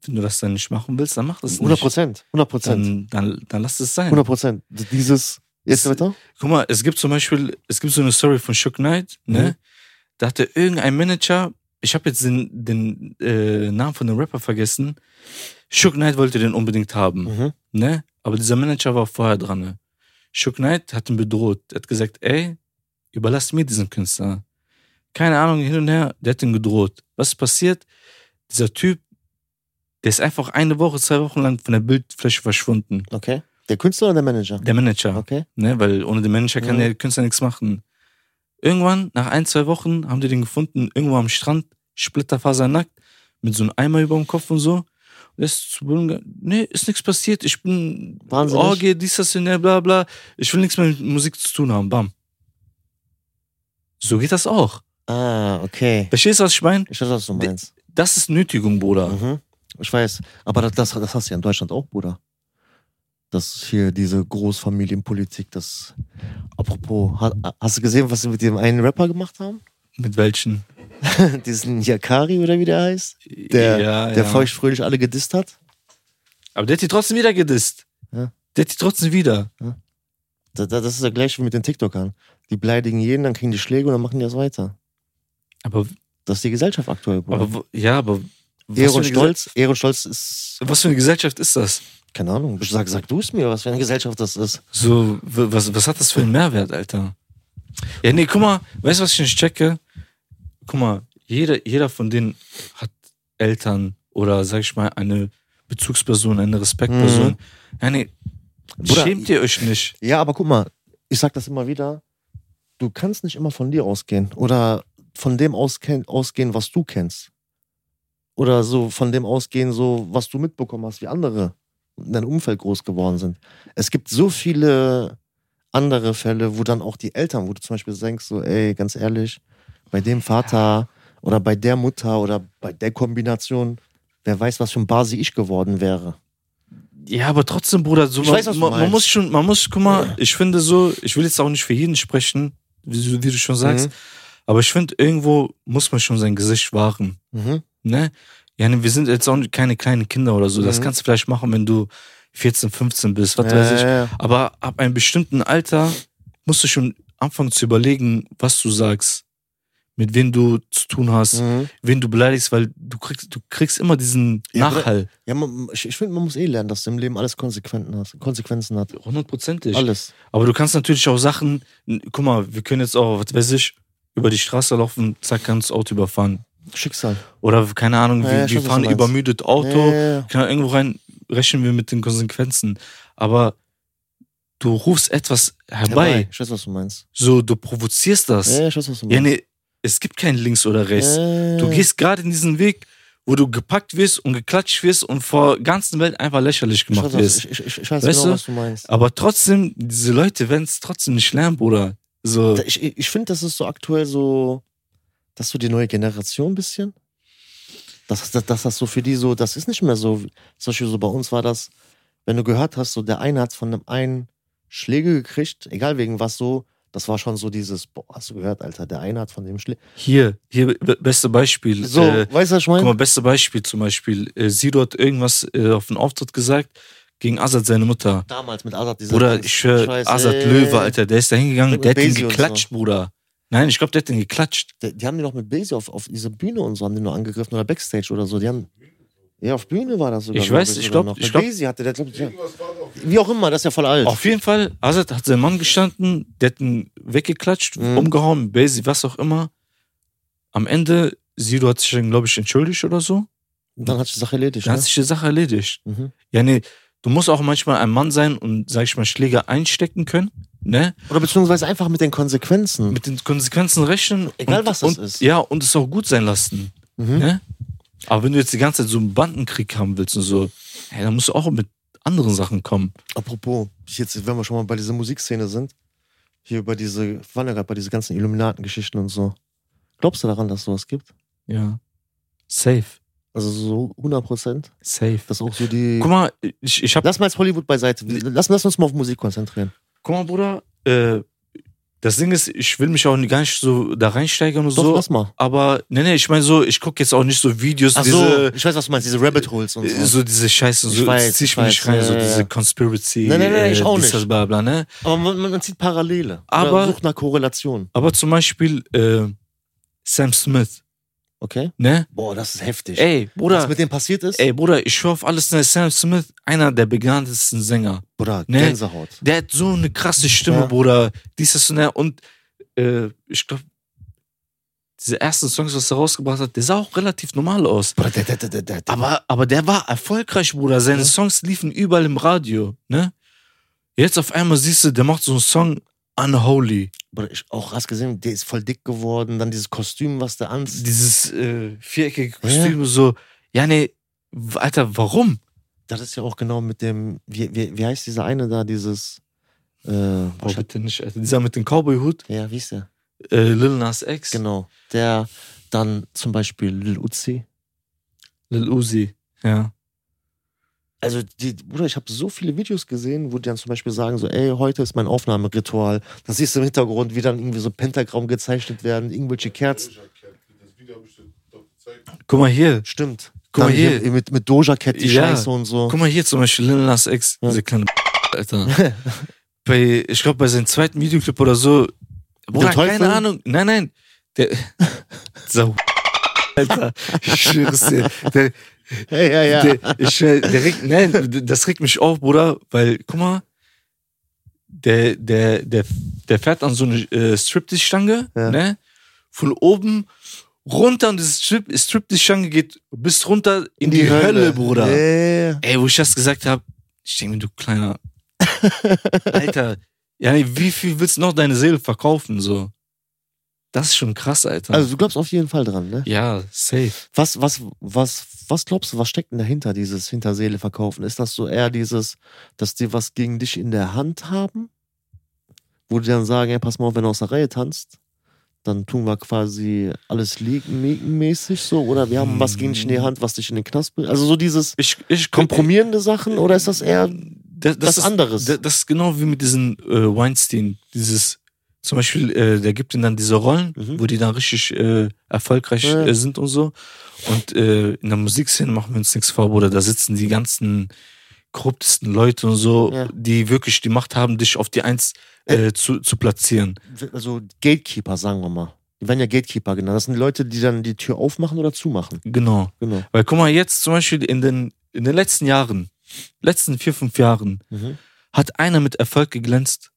wenn du das dann nicht machen willst, dann mach das
100
nicht.
Prozent, 100 Prozent,
Dann, dann, dann lass es sein.
100 Prozent. Dieses, jetzt weiter?
Guck mal, es gibt zum Beispiel, es gibt so eine Story von Shook Knight, ne? Da hatte irgendein Manager, ich habe jetzt den, den äh, Namen von dem Rapper vergessen, Shook Knight wollte den unbedingt haben,
Mhm.
ne? Aber dieser Manager war vorher dran, ne? Shook Knight hat ihn bedroht. Er hat gesagt, ey, überlass mir diesen Künstler. Keine Ahnung, hin und her, der hat ihn gedroht. Was ist passiert? Dieser Typ, der ist einfach eine Woche, zwei Wochen lang von der Bildfläche verschwunden.
Okay. Der Künstler oder der Manager?
Der Manager.
Okay.
Ne, weil ohne den Manager kann
Mhm.
der Künstler nichts machen. Irgendwann, nach ein, zwei Wochen, haben die den gefunden, irgendwo am Strand, splitterfasernackt, mit so einem Eimer über dem Kopf und so. Und der ist zu Boden gegangen. Nee, ist nichts passiert. Ich bin
Wahnsinnig.
Orgie, dies, das, jener, bla, bla. Ich will nichts mehr mit Musik zu tun haben. Bam. So geht das auch.
Ah, okay.
Verstehst du, was ich meine?
Ich weiß, was du
Der-
meinst.
Das ist Nötigung, Bruder.
Mhm. Ich weiß. Aber das, das, das hast du ja in Deutschland auch, Bruder. Das ist hier diese Großfamilienpolitik, das. Apropos, ha- hast du gesehen, was sie mit dem einen Rapper gemacht haben?
Mit welchen?
Diesen Yakari oder wie der heißt? Der, der feuchtfröhlich alle gedisst hat?
Aber der hat die trotzdem wieder gedisst.
Ja.
Der hat die trotzdem wieder.
Da- da- Das ist ja gleich wie mit den TikTokern. Die beleidigen jeden, dann kriegen die Schläge und dann machen die das weiter.
Aber,
Das ist die Gesellschaft aktuell, Bruder.
aber wo- ja, aber. was
Ehre
für
und
eine
Stolz, Ehre und Stolz ist,
Was für eine Gesellschaft ist das?
keine Ahnung, sag, sag du es mir, was für eine Gesellschaft das ist.
So, w- was, was hat das für einen Mehrwert, Alter? Ja, nee, guck mal, weißt du, was ich nicht checke? Guck mal, jeder, jeder von denen hat Eltern oder, sag ich mal, eine Bezugsperson, eine Respektperson.
Mhm.
Ja, nee,
Bruder,
schämt ihr euch nicht?
Ja, aber guck mal, ich sag das immer wieder, du kannst nicht immer von dir ausgehen oder von dem ausken- ausgehen, was du kennst. Oder so von dem ausgehen, so was du mitbekommen hast, wie andere in deinem Umfeld groß geworden sind. Es gibt so viele andere Fälle, wo dann auch die Eltern, wo du zum Beispiel denkst, so, ey, ganz ehrlich, bei dem Vater oder bei der Mutter oder bei der Kombination, wer weiß, was für ein Basi ich geworden wäre.
Ja, aber trotzdem, Bruder, so
Ich
man,
weiß, was du
man, man
meinst.
muss schon, man muss, guck mal, ich finde so, ich will jetzt auch nicht für jeden sprechen, wie, wie du schon sagst,
Mhm.
aber ich finde, irgendwo muss man schon sein Gesicht wahren.
Mhm. Mhm.
ne? Ja, ne, wir sind jetzt auch keine kleinen Kinder oder so. Das
Mhm.
kannst du vielleicht machen, wenn du 14, 15 bist, was
Ja,
weiß ich.
ja, ja.
Aber ab einem bestimmten Alter musst du schon anfangen zu überlegen, was du sagst, mit wem du zu tun hast,
Mhm.
wen du beleidigst, weil du kriegst, du kriegst immer diesen
Ja, aber-
Nachhall.
Ja, man, ich, ich finde, man muss eh lernen, dass du im Leben alles Konsequenzen hast. Konsequenzen hat.
Hundertprozentig.
Alles.
Aber du kannst natürlich auch Sachen, n- guck mal, wir können jetzt auch, was weiß ich, über die Straße laufen, zack, kannst das Auto überfahren.
Schicksal.
Oder keine Ahnung,
Ja,
wir,
ja, ich
wir
weiß, was
fahren
du meinst.
übermüdet Auto,
Ja, ja, ja.
Klar, irgendwo rein rechnen wir mit den Konsequenzen. Aber du rufst etwas herbei.
Herbei. Ich weiß, was du meinst.
So, du provozierst das.
Ja, ich weiß, was du
Ja,
meinst.
nee, es gibt kein links oder rechts.
Ja,
Du gehst gerade in diesen Weg, wo du gepackt wirst und geklatscht wirst und vor der ganzen Welt einfach lächerlich
ich
gemacht
weiß, was,
wirst.
ich, ich, ich- ich weiß
Weißt
genau,
du?
was du meinst.
Aber trotzdem, diese Leute werden es trotzdem nicht lernen, Bruder. So,
Ich, ich, ich finde, das ist so aktuell so, dass so die neue Generation ein bisschen. Dass das, das, das so für die so, das ist nicht mehr so. Zum Beispiel so bei uns war das, wenn du gehört hast, so der eine hat von dem einen Schläge gekriegt, egal wegen was so, das war schon so dieses, boah, hast du gehört, Alter, der eine hat von dem Schläge.
hier, hier, be- beste Beispiel.
So,
äh,
weißt du, was ich
guck mal,
meine?
beste Beispiel zum Beispiel. Äh, Sido hat irgendwas äh, auf den Auftritt gesagt gegen Azad, seine Mutter.
Damals mit Azad, dieser
Bruder,
ganze
ich schwör,
Scheiß,
Asad
ey.
Löwe, Alter, der ist da hingegangen,
äh, Mit
der hat den
Basie und
geklatscht, Bruder. Nein, ich glaube, der hat den geklatscht.
Die, die haben die doch mit Basie auf, auf dieser Bühne und so, haben die nur angegriffen oder Backstage oder so. Die haben. Ja, auf Bühne war das sogar.
Ich
glaub
weiß, ich
sogar
glaub-
noch.
ich
Mit
glaub-
Basie hatte der, glaub ich, ja.
Irgendwas war doch.
Wie auch immer, das ist ja voll alt.
Auf jeden Fall, Asad hat seinen Mann gestanden, der hat ihn weggeklatscht,
Mhm.
umgehauen, Basie, was auch immer. Am Ende, Sido hat sich dann, glaube ich, entschuldigt oder so.
Und dann hat sich die Sache erledigt.
Dann
Ne?
hat sich die Sache erledigt.
Mhm.
Ja, nee, du musst auch manchmal ein Mann sein und, sag ich mal, Schläger einstecken können, ne?
Oder beziehungsweise einfach mit den Konsequenzen.
Mit den Konsequenzen rechnen.
Mhm. Egal,
und,
was das
und,
ist.
Ja, und es auch gut sein lassen.
Mhm.
Ne? Aber wenn du jetzt die ganze Zeit so einen Bandenkrieg haben willst und so, hey, dann musst du auch mit anderen Sachen kommen.
Apropos, ich jetzt, wenn wir schon mal bei dieser Musikszene sind, hier über diese, waren ja gerade bei diesen ganzen Illuminatengeschichten und so. Glaubst du daran, dass sowas gibt?
Ja. Safe.
Also so 100 Prozent?
Safe.
Dass auch so die.
Guck mal, ich, ich hab,
Lass mal jetzt Hollywood beiseite. Lass, lass uns mal auf Musik konzentrieren.
guck mal, Bruder, äh, das Ding ist, ich will mich auch gar nicht so da reinsteigern und
Doch,
so,
lass mal.
aber, nee, nee, ich meine so, ich gucke jetzt auch nicht so Videos,
Ach so,
diese,
ich weiß, was du meinst, diese Rabbit Holes und
äh,
so.
so diese Scheiße,
Ich
so,
weiß,
zieh ich
ich
mir nicht
weiß,
rein,
ja,
so
ja,
diese
ja.
Conspiracy, äh,
Nee, nee, nee, ich auch
dies,
nicht.
das, bla, bla, ne?
Aber man, man, man zieht Parallele. Oder
Aber-
sucht nach Korrelation.
Aber zum Beispiel, äh, Sam Smith,
Okay?
ne?
Boah, das ist heftig.
Ey, Bruder.
was mit dem passiert ist?
Ey, Bruder, ich schwör auf alles, ne? Sam Smith, einer der bekanntesten Sänger.
Bruder,
Ne?
Gänsehaut.
Der hat so eine krasse Stimme,
Ja.
Bruder. Dies, das und der. Und äh, ich glaube, diese ersten Songs, was er rausgebracht hat, der sah auch relativ normal aus.
Bruder, der, der, der, der, der, der.
Aber, aber der war erfolgreich, Bruder. Seine
Ja.
Songs liefen überall im Radio, ne? Jetzt auf einmal siehst du, der macht so einen Song, Unholy.
Bruder, ich auch hast gesehen, der ist voll dick geworden, dann dieses Kostüm, was der anzieht.
Dieses äh, viereckige Kostüm, so. Ja, nee, w- Alter, warum?
Das ist ja auch genau mit dem, wie, wie, wie heißt dieser eine da, dieses, äh, boah,
Boah,
ich hab,
bitte nicht, Alter. Dieser mit dem Cowboy-Hut,
ja, wie ist der?
äh, Lil Nas X,
Genau, der dann zum Beispiel Lil Uzi.
Lil Uzi, ja.
Also, die, Bruder, ich habe so viele Videos gesehen, wo die dann zum Beispiel sagen, so, ey, heute ist mein Aufnahmeritual. Das siehst du im Hintergrund, wie dann irgendwie so Pentagramm gezeichnet werden, irgendwelche Kerzen.
Das Video habe ich dir doch gezeigt.
Guck mal hier.
Stimmt.
Guck mal
Dann
hier.
Mit, mit Doja Cat die
Ja.
Scheiße und so.
Guck mal hier zum Beispiel Lil Nas X,
Ja.
diese kleine Alter. bei, ich glaube, bei seinem zweiten Videoclip oder so. Bruder,
Teufel?
keine Ahnung. Nein, nein. Der. Dieser Alter, ich schwöre es dir. Der,
Hey, ja, ja.
der, ich schwör, der regt, nein, das regt mich auf, Bruder, weil, guck mal, der, der, der, der fährt an so eine äh, Striptease-Stange,
Ja.
ne? Von oben runter und diese Strip, Striptease-Stange geht bis runter in die, Hölle, Bruder.
Ja, ja, ja.
Ey, wo ich das gesagt habe, ich denke mir, du kleiner Alter, ja, nee, wie viel willst du noch deine Seele verkaufen? So, das ist schon krass, Alter.
Also du glaubst auf jeden Fall dran, ne?
ja, safe.
Was, was, was, was glaubst du, was steckt denn dahinter, dieses Hinterseele verkaufen? Ist das so eher dieses, dass die was gegen dich in der Hand haben? Wo die dann sagen, ey, pass mal auf, wenn du aus der Reihe tanzt, dann tun wir quasi alles mäßig so, oder wir haben was gegen dich in die Hand, was dich in den Knast bringt. Also so dieses
Ich, ich
kompromierende Sachen, oder ist das eher
das, das
was
ist,
anderes?
da- Das ist genau wie mit diesen äh, Weinstein. Dieses, zum Beispiel, äh, der gibt ihnen dann diese Rollen,
Mhm.
wo die dann richtig äh, erfolgreich
Ja.
äh, sind und so. Und äh, in der Musikszene machen wir uns nichts vor, Bruder. Da sitzen die ganzen korruptesten Leute und so,
Ja.
die wirklich die Macht haben, dich auf die Eins äh, zu, zu platzieren.
also Gatekeeper, sagen wir mal. Die werden ja Gatekeeper genannt. Das sind die Leute, die dann die Tür aufmachen oder zumachen.
Genau.
Genau.
Weil guck mal, jetzt zum Beispiel in den, in den letzten Jahren, letzten vier, fünf Jahren,
Mhm.
hat einer mit Erfolg geglänzt,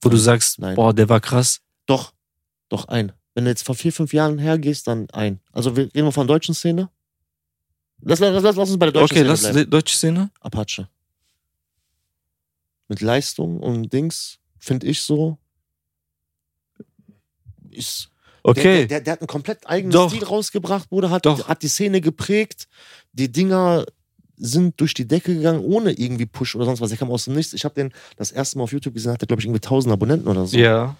wo du
Nein.
sagst,
Nein.
boah, der war krass.
Doch, doch ein. Wenn du jetzt vor vier, fünf Jahren hergehst, dann ein. Also wir reden wir von der deutschen Szene. Lass, lass, lass, lass uns bei der deutschen
okay,
Szene
lass
bleiben.
die deutsche Szene.
Apache. Mit Leistung und Dings, finde ich so. Ist
Okay,
Der, der, der hat einen komplett eigenen
Doch.
Stil rausgebracht, Bruder, hat,
Doch.
hat die Szene geprägt. Die Dinger sind durch die Decke gegangen, ohne irgendwie Push oder sonst was. Der kam aus dem Nichts. Ich habe den das erste Mal auf YouTube gesehen, hat er, glaube ich, irgendwie 1000 Abonnenten oder so.
ja.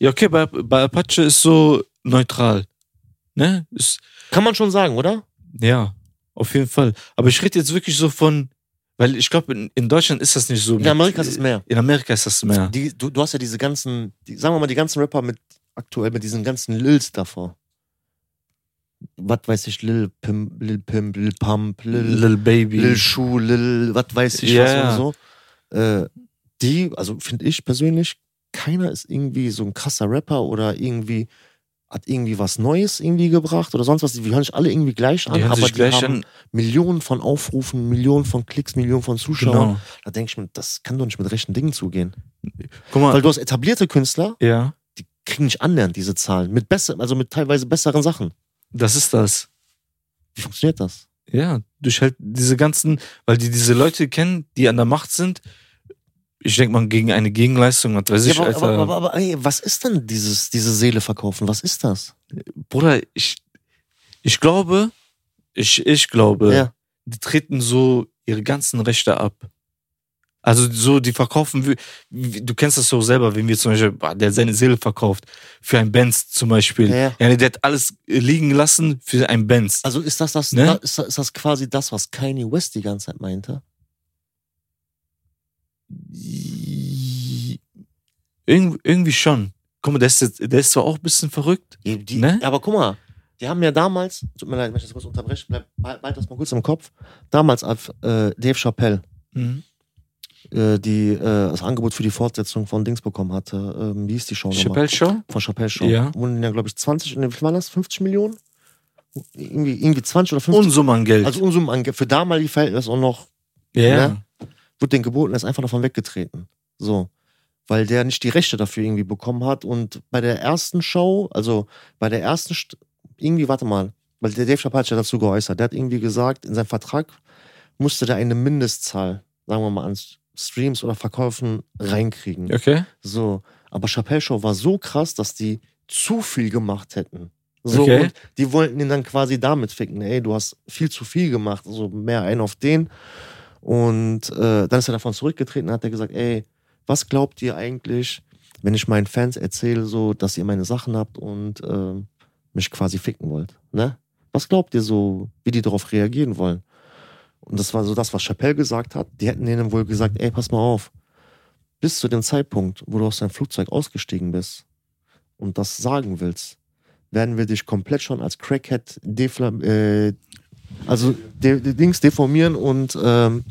Ja, okay, bei, bei Apache ist so neutral. Ne? Ist,
Kann man schon sagen, oder?
ja, auf jeden Fall. Aber ich rede jetzt wirklich so von, weil ich glaube, in, in Deutschland ist das nicht so.
In Amerika ist es mehr.
In Amerika ist das mehr.
Die, du, du hast ja diese ganzen, die, sagen wir mal, die ganzen Rapper mit aktuell mit diesen ganzen Lils davor. Was weiß ich, Lil Pimp, Lil Pimp, Lil Pump, Lil,
Lil Baby.
Lil Schuh, Lil, was weiß ich
Ja,
was und so. Äh, die, also finde ich persönlich, keiner ist irgendwie so ein krasser Rapper oder irgendwie hat irgendwie was Neues irgendwie gebracht oder sonst was. Die hören sich alle irgendwie gleich an,
die hören
aber
sich
die
gleich
haben
an.
Millionen von Aufrufen, Millionen von Klicks, Millionen von Zuschauern.
Genau.
Da denke ich mir, das kann doch nicht mit rechten Dingen zugehen.
Guck mal.
Weil du hast etablierte Künstler,
ja.
die kriegen nicht annähernd diese Zahlen. Mit besser, also mit teilweise besseren Sachen.
Das ist das.
Wie funktioniert das?
Ja, durch halt diese ganzen, weil die diese Leute kennen, die an der Macht sind. Ich denke mal, gegen eine Gegenleistung, was weiß
Ja,
ich,
aber,
Alter.
aber, aber, aber ey, was ist denn dieses, diese Seele verkaufen? Was ist das?
Bruder, ich, ich glaube, ich, ich glaube,
Ja.
die treten so ihre ganzen Rechte ab. Also so, die verkaufen, wie- wie- du kennst das so selber, wenn wir zum Beispiel, boah, der hat seine Seele verkauft, für ein Benz zum Beispiel.
Ja, ja.
Ja, der hat alles äh, liegen lassen für ein Benz.
Also ist das, das,
Ne?
da, ist, das- ist das quasi das, was Kanye West die ganze Zeit meinte?
Irg irgendwie schon. Guck mal, der ist, jetzt, der ist zwar auch ein bisschen verrückt.
Die, die,
Ne?
Aber guck mal, die haben ja damals, tut mir leid, wenn ich das kurz unterbreche, bleib, behalt behalt das mal kurz im Kopf. Damals, als äh, Dave Chappelle Mhm. äh, die, äh, das Angebot für die Fortsetzung von Dings bekommen hatte, ähm, wie hieß die Show nochmal?
Chappelle Show?
von Chappelle Show.
Ja.
Wurden ja, glaube ich, 20, und wie viel waren das? 50 Millionen? Irgendwie, irgendwie 20 oder 50.
Unsummen an Geld.
also Unsummen ange- für damalige Verhältnisse auch noch,
ja.
ne? wird den geboten, er ist einfach davon weggetreten. So. Weil der nicht die Rechte dafür irgendwie bekommen hat. Und bei der ersten Show, also bei der ersten, St irgendwie, warte mal, weil der Dave Chappelle hat sich ja dazu geäußert. Der hat irgendwie gesagt, in seinem Vertrag musste der eine Mindestzahl, sagen wir mal, an Streams oder Verkäufen reinkriegen.
Okay.
So, aber Chappelle Show war so krass, dass die zu viel gemacht hätten. So,
Okay.
und die wollten ihn dann quasi damit ficken. Ey, du hast viel zu viel gemacht, also mehr ein auf den. Und äh, dann ist er davon zurückgetreten und hat er gesagt, ey, was glaubt ihr eigentlich, wenn ich meinen Fans erzähle, so, dass ihr meine Sachen habt und ähm, mich quasi ficken wollt? Ne? Was glaubt ihr so, wie die darauf reagieren wollen? Und das war so das, was Chappelle gesagt hat. Die hätten denen wohl gesagt, ey, pass mal auf. Bis zu dem Zeitpunkt, wo du aus deinem Flugzeug ausgestiegen bist und das sagen willst, werden wir dich komplett schon als Crackhead deflam äh, also de de Dings deformieren und ähm,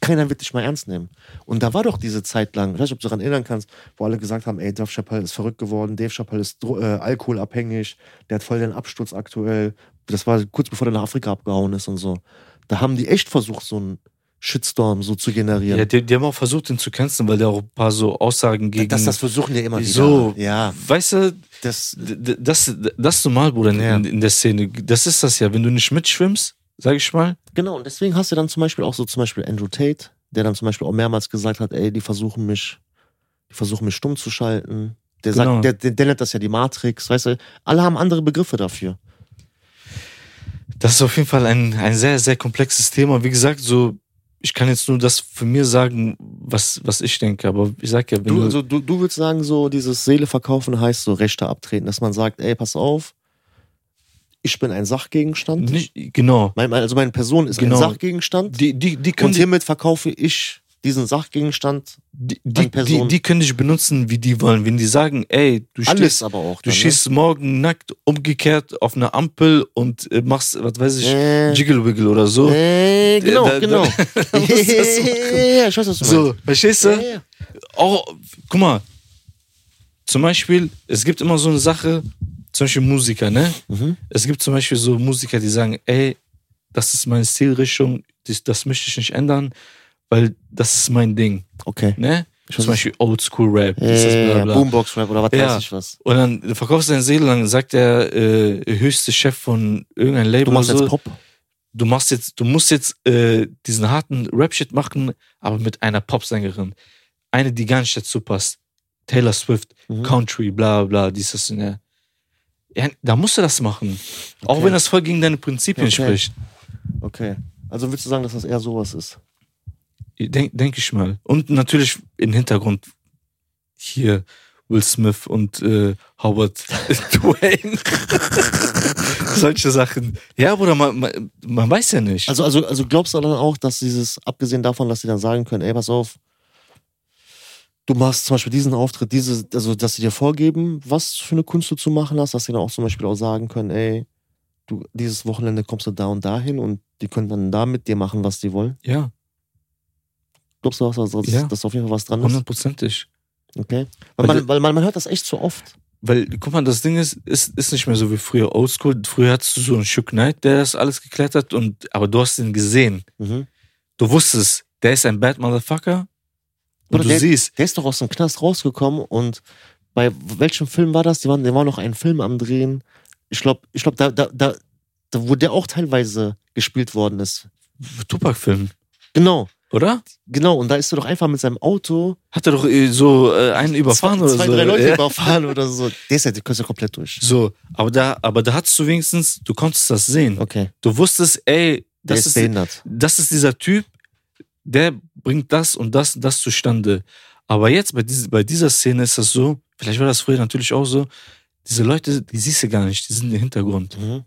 keiner wird dich mal ernst nehmen. Und da war doch diese Zeit lang, ich weiß nicht, ob du daran erinnern kannst, wo alle gesagt haben, ey, Dave Chappelle ist verrückt geworden, Dave Chappelle ist dro- äh, alkoholabhängig, der hat voll den Absturz aktuell. Das war kurz bevor der nach Afrika abgehauen ist und so. Da haben die echt versucht, so einen Shitstorm so zu generieren.
Ja, die, die haben auch versucht, ihn zu canceln, weil der auch ein paar so Aussagen gegen.
das, das versuchen ja immer wieder.
So.
Ja,
weißt du,
das,
d- d- das, das ist normal, Bruder, in,
Ja.
in, in der Szene. Das ist das ja. Wenn du nicht mitschwimmst, sag ich mal,
genau. Und deswegen hast du dann zum Beispiel auch so zum Beispiel Andrew Tate, der dann zum Beispiel auch mehrmals gesagt hat, ey, die versuchen mich, die versuchen mich stumm zu schalten. Der
Genau.
sagt, der, der, der nennt das ja die Matrix, weißt du. Alle haben andere Begriffe dafür.
Das ist auf jeden Fall ein, ein sehr, sehr komplexes Thema. Wie gesagt, so, ich kann jetzt nur das für mir sagen, was, was ich denke, aber ich sag ja, wenn
Du,
du,
also, du, du würdest sagen, so dieses Seele verkaufen heißt so Rechte abtreten, dass man sagt, ey, pass auf, ich bin ein Sachgegenstand.
nicht, genau,
Mein, mein- also meine Person ist
Genau.
ein Sachgegenstand.
die, die, die können,
und hiermit verkaufe ich diesen Sachgegenstand,
Die,
An
die, die,
Personen.
die können dich benutzen, wie die wollen. Wenn die sagen, ey, du
alles
stehst,
aber auch.
du
dann, ne?
stehst morgen nackt umgekehrt auf einer Ampel und äh, machst, was weiß ich,
ne? äh,
Jiggle Wiggle oder so.
äh, genau,
Da- da-
genau.
da musst du das
Ja, ja, ja, ich weiß, was du
So, verstehst du?
meinst. Ja, ja.
auch, guck mal, zum Beispiel, es gibt immer so eine Sache, zum Beispiel Musiker, ne?
Mhm.
Es gibt zum Beispiel so Musiker, die sagen, ey, das ist meine Stilrichtung, das, das möchte ich nicht ändern, weil das ist mein Ding,
Okay.
ne?
Ich weiß,
Zum Beispiel Oldschool Rap,
Ja,
das ist
ja,
bla
ja,
bla.
Boombox-Rap oder was
Ja.
weiß ich was.
Und dann verkaufst du deine Seele, dann sagt der äh, höchste Chef von irgendeinem Label
Du machst
oder so,
jetzt Pop.
du machst jetzt, du musst jetzt äh, diesen harten Rap-Shit machen, aber mit einer Popsängerin. Eine, die gar nicht dazu passt. Taylor Swift.
Mhm.
Country, bla bla, dies, das, ne. Ja, da musst du das machen. Auch
Okay.
wenn das voll gegen deine Prinzipien
Okay.
spricht.
Okay. Also willst du sagen, dass das eher sowas ist?
Denke denk ich mal. Und natürlich im Hintergrund hier Will Smith und äh, Howard Dwayne. Solche Sachen. Ja, Bruder, man, man, man weiß ja nicht.
Also, also, also glaubst du dann auch, dass dieses, abgesehen davon, dass sie dann sagen können, ey, pass auf, du machst zum Beispiel diesen Auftritt, diese, also dass sie dir vorgeben, was für eine Kunst du zu machen hast, dass sie dann auch zum Beispiel auch sagen können, ey, du, dieses Wochenende kommst du da und dahin und die können dann da mit dir machen, was die wollen.
ja,
Glaubst du, dass, dass, dass,
Ja. Also
dass auf jeden Fall was dran ist?
hundertprozentig.
Okay.
Weil
Weil,
du-
man, weil man, man hört das echt zu oft.
Weil, guck mal, das Ding ist, ist, ist nicht mehr so wie früher Oldschool. Früher hattest du so einen Stück Knight, der das alles geklärt hat, und, aber du hast ihn gesehen.
Mhm.
du wusstest, der ist ein Bad Motherfucker. Und
Oder
du
der-
siehst,
Der ist doch aus dem Knast rausgekommen und bei welchem Film war das? Die waren, der war noch einen Film am Drehen. Ich glaube, ich glaub, da, da, da, da, wo der auch teilweise gespielt worden ist.
Tupac-Film,
Genau,
oder?
genau. Und da ist er doch einfach mit seinem Auto
Hat er doch äh, so äh, einen überfahren
zwei,
oder
zwei
so.
drei Leute
ja.
überfahren oder so. Der ist ja, der ist ja komplett durch.
So, aber da, aber da hattest du wenigstens, du konntest das sehen.
Okay,
Du wusstest, ey,
der
das
ist
ist,
behindert.
das ist dieser Typ, der bringt das und das und das zustande. Aber jetzt bei, diese, bei dieser Szene ist das so, vielleicht war das früher natürlich auch so, diese Leute, die siehst du gar nicht, die sind im Hintergrund.
Mhm.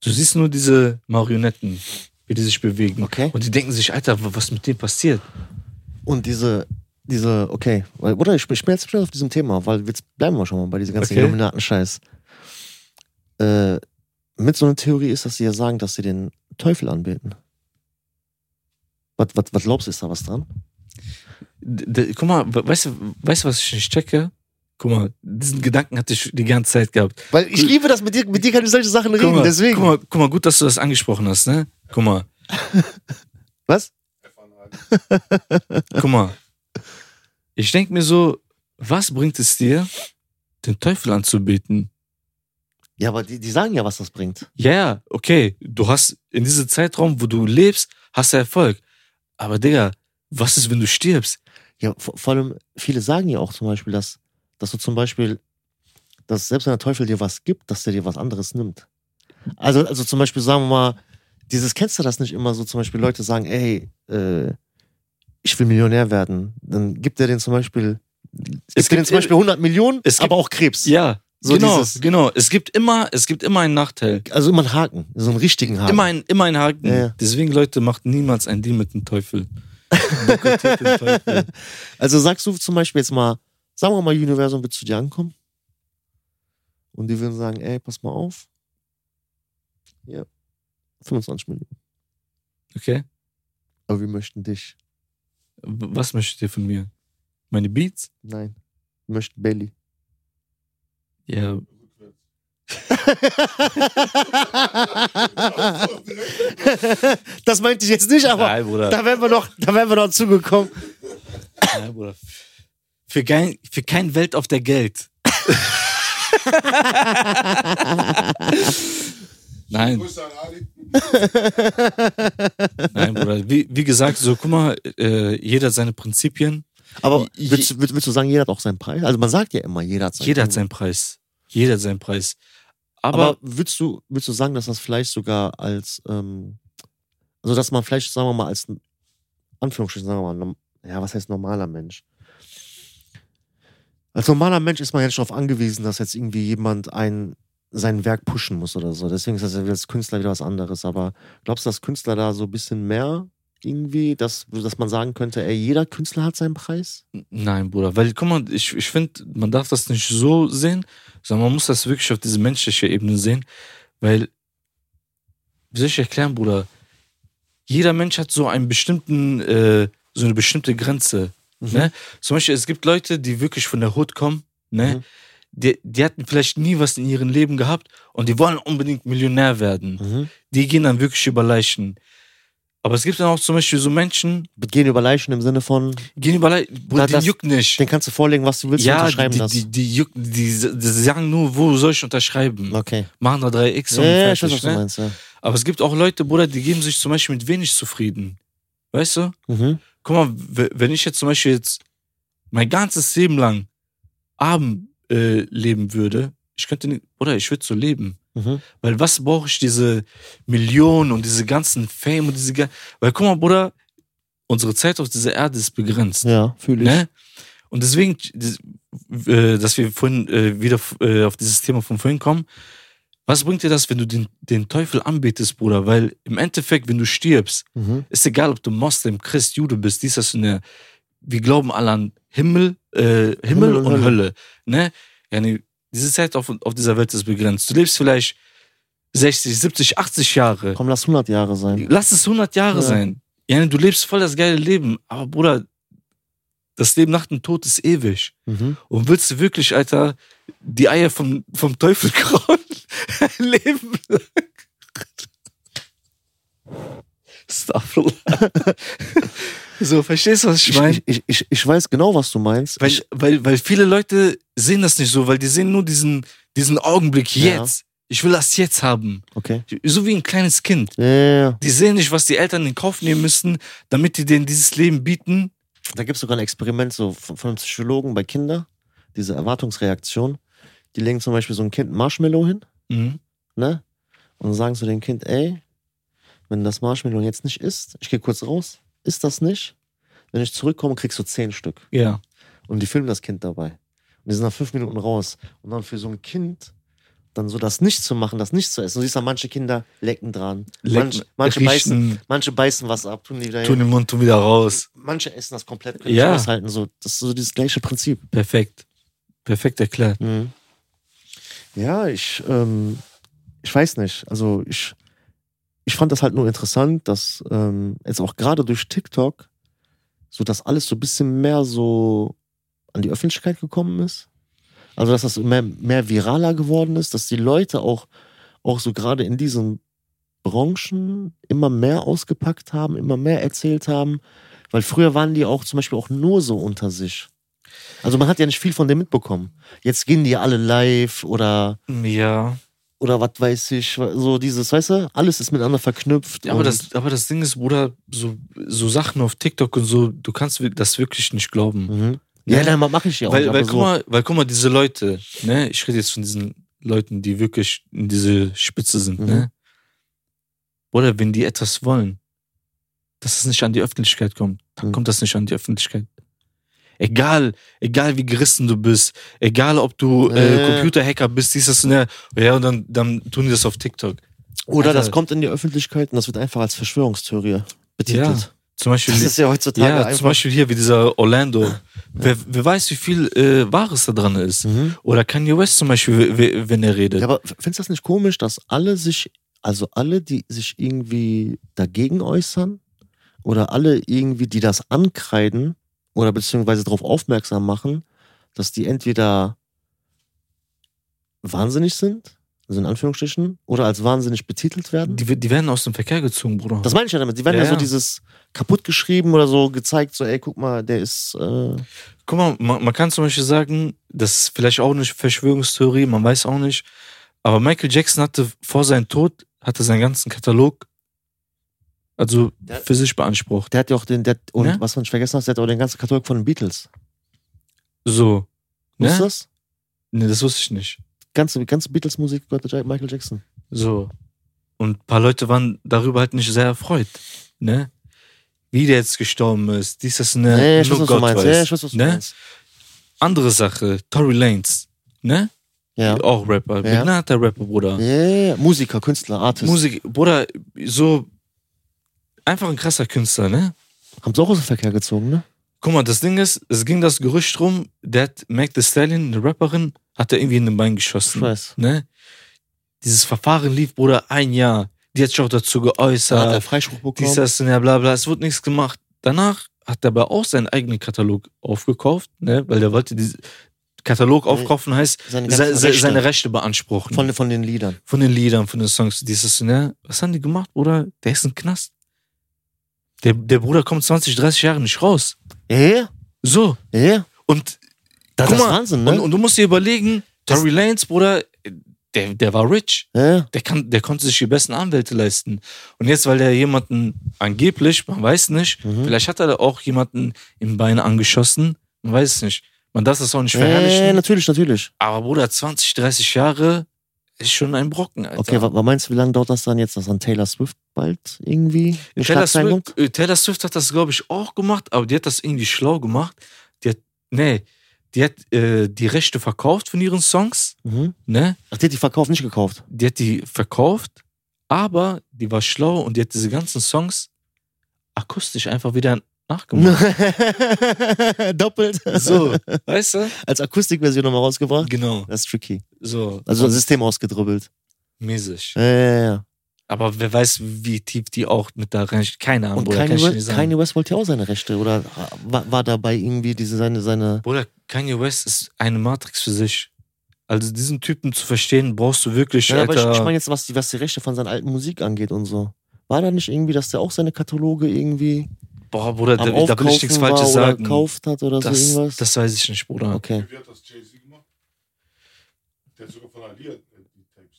Du siehst nur diese Marionetten, wie die sich bewegen.
Okay.
Und die denken sich, Alter, wa- was mit dem passiert?
Und diese, diese, okay, weil, oder ich, ich bin jetzt schnell auf diesem Thema, weil jetzt bleiben wir schon mal bei diesem ganzen
Okay.
Illuminaten-Scheiß. Äh, mit so einer Theorie ist, dass sie ja sagen, dass sie den Teufel anbeten. Was, was, was glaubst du, ist da was dran?
D- d- Guck mal, we- weißt du, weißt, du, was ich nicht checke? Guck mal, diesen Gedanken hatte ich die ganze Zeit gehabt.
Weil ich liebe das, mit dir, mit dir kann ich solche Sachen
Guck
reden,
mal,
deswegen.
Guck mal, guck mal, gut, dass du das angesprochen hast, ne? Guck mal,
Was?
F-Anhalt.
guck mal. Ich denke mir so, was bringt es dir, den Teufel anzubeten?
Ja, aber die, die sagen ja, was das bringt.
Ja, ja, okay, du hast in diesem Zeitraum, wo du lebst, hast du Erfolg. Aber Digga, was ist, wenn du stirbst?
Ja, vor, vor allem, viele sagen ja auch zum Beispiel, dass, dass du zum Beispiel, dass selbst wenn der Teufel dir was gibt, dass der dir was anderes nimmt. Also, also zum Beispiel, sagen wir mal, dieses kennst du das nicht immer so, zum Beispiel Leute sagen, ey, äh, ich will Millionär werden. Dann gibt er den zum Beispiel,
Es
es gibt
gibt-
den zum Beispiel 100 Millionen,
es gibt-
aber auch Krebs.
Ja,
So
genau,
dieses-
genau. Es gibt immer, es gibt immer einen Nachteil.
Also immer einen Haken, so einen richtigen Haken.
Immer ein, immer ein Haken.
Ja, ja.
Deswegen, Leute, macht niemals einen Deal mit dem Teufel. Boykottiert den Teufel.
Also sagst du zum Beispiel jetzt mal, sagen wir mal, Universum wird zu dir ankommen. Und die würden sagen, ey, pass mal auf. Ja. 25 Millionen.
Okay?
Aber wir möchten dich.
W- Was möchtet ihr von mir? Meine Beats?
Nein. Wir möchten Belly.
Ja.
das meinte ich jetzt nicht, aber
Nein, Bruder.
da wären wir noch, da wären wir noch zugekommen.
Nein, Bruder. Für kein, für kein Welt auf der Geld. Nein,
Grüße an Ali.
nein, Bruder. Wie, wie gesagt, so guck mal, äh, jeder hat seine Prinzipien,
Aber
Je-
willst, du- willst, willst du sagen, jeder hat auch seinen Preis? Also man sagt ja immer, jeder hat seinen
jeder hat
Preis.
seinen Preis. Jeder hat seinen Preis.
Aber,
Aber,
würdest, du, würdest du sagen, dass das vielleicht sogar als, ähm, also dass man vielleicht, sagen wir mal, als, Anführungsstrichen, sagen wir mal, norm- ja, was heißt normaler Mensch? Als normaler Mensch ist man ja nicht darauf angewiesen, dass jetzt irgendwie jemand ein, sein Werk pushen muss oder so. Deswegen ist das ja als Künstler wieder was anderes. Aber glaubst du, dass Künstler da so ein bisschen mehr irgendwie, dass, dass man sagen könnte, ey, jeder Künstler hat seinen Preis?
Nein, Bruder, weil guck mal, ich, ich finde, man darf das nicht so sehen, sondern man muss das wirklich auf diese menschliche Ebene sehen, weil, wie soll ich erklären, Bruder, jeder Mensch hat so einen bestimmten, äh, so eine bestimmte Grenze.
Mhm.
Ne? Zum Beispiel, es gibt Leute, die wirklich von der Hood kommen, ne?
Mhm.
Die, die hatten vielleicht nie was in ihrem Leben gehabt und die wollen unbedingt Millionär werden.
Mhm.
Die gehen dann wirklich über Leichen. Aber es gibt dann auch zum Beispiel so Menschen,
Gehen über Leichen im Sinne von,
gehen über Leichen, Bruder,
Na,
die
das-
juckt nicht.
den kannst du vorlegen, was du willst,
Ja, die,
unterschreiben
die,
das.
die, die, jucken- die, die, sagen nur, wo soll ich unterschreiben?
okay.
Machen da 3x und
Ja, ich weiß, was
fertig,
du
ne?
meinst, ja.
Aber es gibt auch Leute, Bruder, die geben sich zum Beispiel mit wenig zufrieden. Weißt du?
Mhm.
Guck mal, w- wenn ich jetzt zum Beispiel jetzt mein ganzes Leben lang arm äh, leben würde, ich könnte nicht, Bruder, ich würde so leben.
Mhm.
Weil was brauche ich diese Millionen und diese ganzen Fame und diese... ga- Weil guck mal, Bruder, unsere Zeit auf dieser Erde ist begrenzt.
Ja, fühle ich.
Ne? Und deswegen, dis- äh, dass wir vorhin äh, wieder f- äh, auf dieses Thema von vorhin kommen, was bringt dir das, wenn du den, den Teufel anbetest, Bruder? Weil im Endeffekt, wenn du stirbst,
Mhm.
ist egal, ob du Moslem, Christ, Jude bist, dies, das und der. Wir glauben alle an Himmel, äh, Himmel,
Himmel und
und
Hölle.
Hölle. Ne? Yani, diese Zeit auf, auf dieser Welt ist begrenzt. Du lebst vielleicht 60, 70, 80 Jahre.
Komm, lass 100 Jahre sein.
Lass es 100 Jahre
Ja.
sein. Ja, du lebst voll das geile Leben. Aber Bruder, das Leben nach dem Tod ist ewig.
Mhm.
Und willst du wirklich, Alter, die Eier vom, vom Teufel krauen? Leben lang. Staffeln. so, verstehst du, was ich
Ich,
meine?
ich, ich, ich, ich weiß genau, was du meinst.
Weil,
ich,
weil, weil viele Leute sehen das nicht so, weil die sehen nur diesen, diesen Augenblick
Ja.
jetzt. Ich will das jetzt haben.
okay.
So wie ein kleines Kind.
Ja, ja, ja.
Die sehen nicht, was die Eltern in Kauf nehmen müssen, damit die denen dieses Leben bieten.
Da gibt es sogar ein Experiment so von, von einem Psychologen bei Kindern, diese Erwartungsreaktion. Die legen zum Beispiel so ein Kind ein Marshmallow hin,
Mhm.
ne? Und sagen zu dem Kind, ey, wenn das Marshmallow jetzt nicht isst, ich gehe kurz raus, isst das nicht. Wenn ich zurückkomme, kriegst du zehn Stück.
Ja.
Und die filmen das Kind dabei. Und die sind nach fünf Minuten raus. Und dann für so ein Kind dann so das nicht zu machen, das nicht zu essen. Du siehst ja, manche Kinder lecken dran. manche, manche, beißen,
riechen,
manche beißen was ab, tun die wieder
tun den Mund, tun wieder raus.
Manche essen das komplett, können
Ja.
nicht aushalten. So. Das ist so dieses gleiche Prinzip.
Perfekt. Perfekt erklärt.
Mhm. Ja, ich, ähm, ich weiß nicht. Also ich, ich fand das halt nur interessant, dass ähm, jetzt auch gerade durch TikTok so dass alles so ein bisschen mehr so an die Öffentlichkeit gekommen ist. Also dass das mehr, mehr viraler geworden ist, dass die Leute auch, auch so gerade in diesen Branchen immer mehr ausgepackt haben, immer mehr erzählt haben. Weil früher waren die auch zum Beispiel auch nur so unter sich. Also man hat ja nicht viel von dem mitbekommen jetzt gehen die alle live oder
Ja.
oder was weiß ich, so dieses, weißt du, alles ist miteinander verknüpft.
Aber
und-
das, aber das Ding ist, Bruder, so, so Sachen auf TikTok und so, du kannst wir- das wirklich nicht glauben.
Mhm. Ja, nein, mache ich ja auch.
weil,
aber
weil,
so,
guck mal, weil guck mal, diese Leute, ne, ich rede jetzt von diesen Leuten, die wirklich in diese Spitze sind,
Mhm.
ne? Bruder, wenn die etwas wollen, dass es nicht an die Öffentlichkeit kommt, dann
Mhm.
kommt das nicht an die Öffentlichkeit. Egal, egal wie gerissen du bist, egal ob du äh,
Äh.
Computerhacker bist, dies, das und der, ja, und dann, dann tun die das auf TikTok.
oder
Alter.
das kommt in die Öffentlichkeit und das wird einfach als Verschwörungstheorie betitelt.
Zum Beispiel,
Das ist ja heutzutage
ja, zum
einfach.
Beispiel hier wie dieser Orlando. Wer, wer weiß, wie viel äh, Wahres da dran ist.
Mhm.
Oder Kanye West zum Beispiel, we- we- wenn er redet.
Ja, aber findest du das nicht komisch, dass alle sich, also alle, die sich irgendwie dagegen äußern oder alle irgendwie, die das ankreiden oder beziehungsweise darauf aufmerksam machen, dass die entweder wahnsinnig sind, also in Anführungsstrichen, oder als wahnsinnig betitelt werden?
Die, die werden aus dem Verkehr gezogen, Bruder.
das meine ich ja damit. Die werden ja,
Ja,
so
ja.
dieses kaputt geschrieben oder so gezeigt, so, ey, guck mal, der ist. Äh,
Guck mal, man, man kann zum Beispiel sagen, das ist vielleicht auch eine Verschwörungstheorie, man weiß auch nicht. Aber Michael Jackson hatte vor seinem Tod, hatte seinen ganzen Katalog also
Der-
für sich beansprucht.
der hat ja auch den, der, und
Ne?
was man nicht vergessen hat, der hat auch den ganzen Katalog von den Beatles.
So.
Wusstest du
Ne?
das?
Nee, das wusste ich nicht.
Ganze, ganze Beatles-Musik gehört der Ja- Michael Jackson.
So. Und ein paar Leute waren darüber halt nicht sehr erfreut. Ne? Wie der jetzt gestorben ist, dies, das, ne?
Nee, ich
Nur
weiß, was du
Gott
meinst.
weiß.
Ja, ich weiß, was du
ne?
meinst.
Andere Sache, Tory Lanez, ne?
Ja.
Auch Rapper,
Ja.
begnadeter Rapper, Bruder.
Ja, Musiker, Künstler, Artist.
Musik, Bruder, so einfach ein krasser Künstler, ne?
Haben sie auch aus dem Verkehr gezogen, ne?
Guck mal, das Ding ist, es ging das Gerücht rum, der hat Mac Thee Stallion, eine Rapperin, hat er irgendwie in den Bein
Ich
geschossen.
weiß.
Ne? Dieses Verfahren lief, Bruder, ein Jahr. Die hat sich auch dazu
Da hat er
geäußert.
Freispruch
Dies,
bekommen.
das, und ja, bla, bla. Es wurde nichts gemacht. Danach hat er aber auch seinen eigenen Katalog aufgekauft, ne? weil der wollte, diese Katalog aufkaufen heißt,
Seine,
se,
ganzen
se,
Rechte
seine Rechte beanspruchen.
von, von den Liedern.
von den Liedern, von den Songs, dieses, ne? Was haben die gemacht, Bruder? Der ist im Knast. Der, der Bruder kommt 20, 30 Jahre nicht raus.
Ja, ja,
So.
ja.
Und,
Das
Guck
ist
mal,
Wahnsinn, ne?
und, und du musst dir überlegen, Tory Lanes, Bruder, der, der war rich.
ja, ja.
Der, kann, der konnte sich die besten Anwälte leisten. Und jetzt, weil der jemanden angeblich, man weiß nicht,
Mhm.
vielleicht hat er da auch jemanden im Bein angeschossen, man weiß es nicht. Man darf das auch nicht verherrlichen.
ja, natürlich, natürlich.
Aber Bruder, 20, 30 Jahre ist schon ein Brocken, Alter.
Okay, wa- was meinst du, wie lange dauert das dann jetzt, dass dann Taylor Swift bald irgendwie in
Taylor
Schlagzeilen kommt?
Swift, äh, Taylor Swift hat das, glaube ich, auch gemacht, aber die hat das irgendwie schlau gemacht. Die hat, nee, die hat äh, die Rechte verkauft von ihren Songs,
Mhm.
ne?
Ach, die hat die verkauft, nicht gekauft.
Die hat die verkauft, aber die war schlau und die hat diese ganzen Songs akustisch einfach wieder nachgemacht.
Doppelt.
so, weißt du?
Als Akustikversion nochmal rausgebracht.
Genau,
Das ist tricky.
so.
Also das System ausgedribbelt.
mäßig.
Ja, ja, ja.
Aber wer weiß, wie tief die auch mit da rein. Keine Ahnung,
Und
Bruder, kann
Kanye
ich dir nicht
West,
sagen.
Kanye West wollte ja auch seine Rechte. Oder war, war dabei irgendwie diese seine, seine.
Bruder, Kanye West ist eine Matrix für sich. Also diesen Typen zu verstehen, brauchst du wirklich,
Ja, aber ich,
Alter.
ich meine jetzt, was die, was die Rechte von seiner alten Musik angeht und so. War da nicht irgendwie, dass der auch seine Kataloge irgendwie
boah, Bruder, da,
am
da will ich
Aufkaufen
nichts
war oder
Falsches sagen.
gekauft hat oder so
Das,
irgendwas?
das weiß ich nicht, Bruder.
okay.
Wie hat das Jay-Z gemacht? Der hat sogar von Ali äh, die Tapes.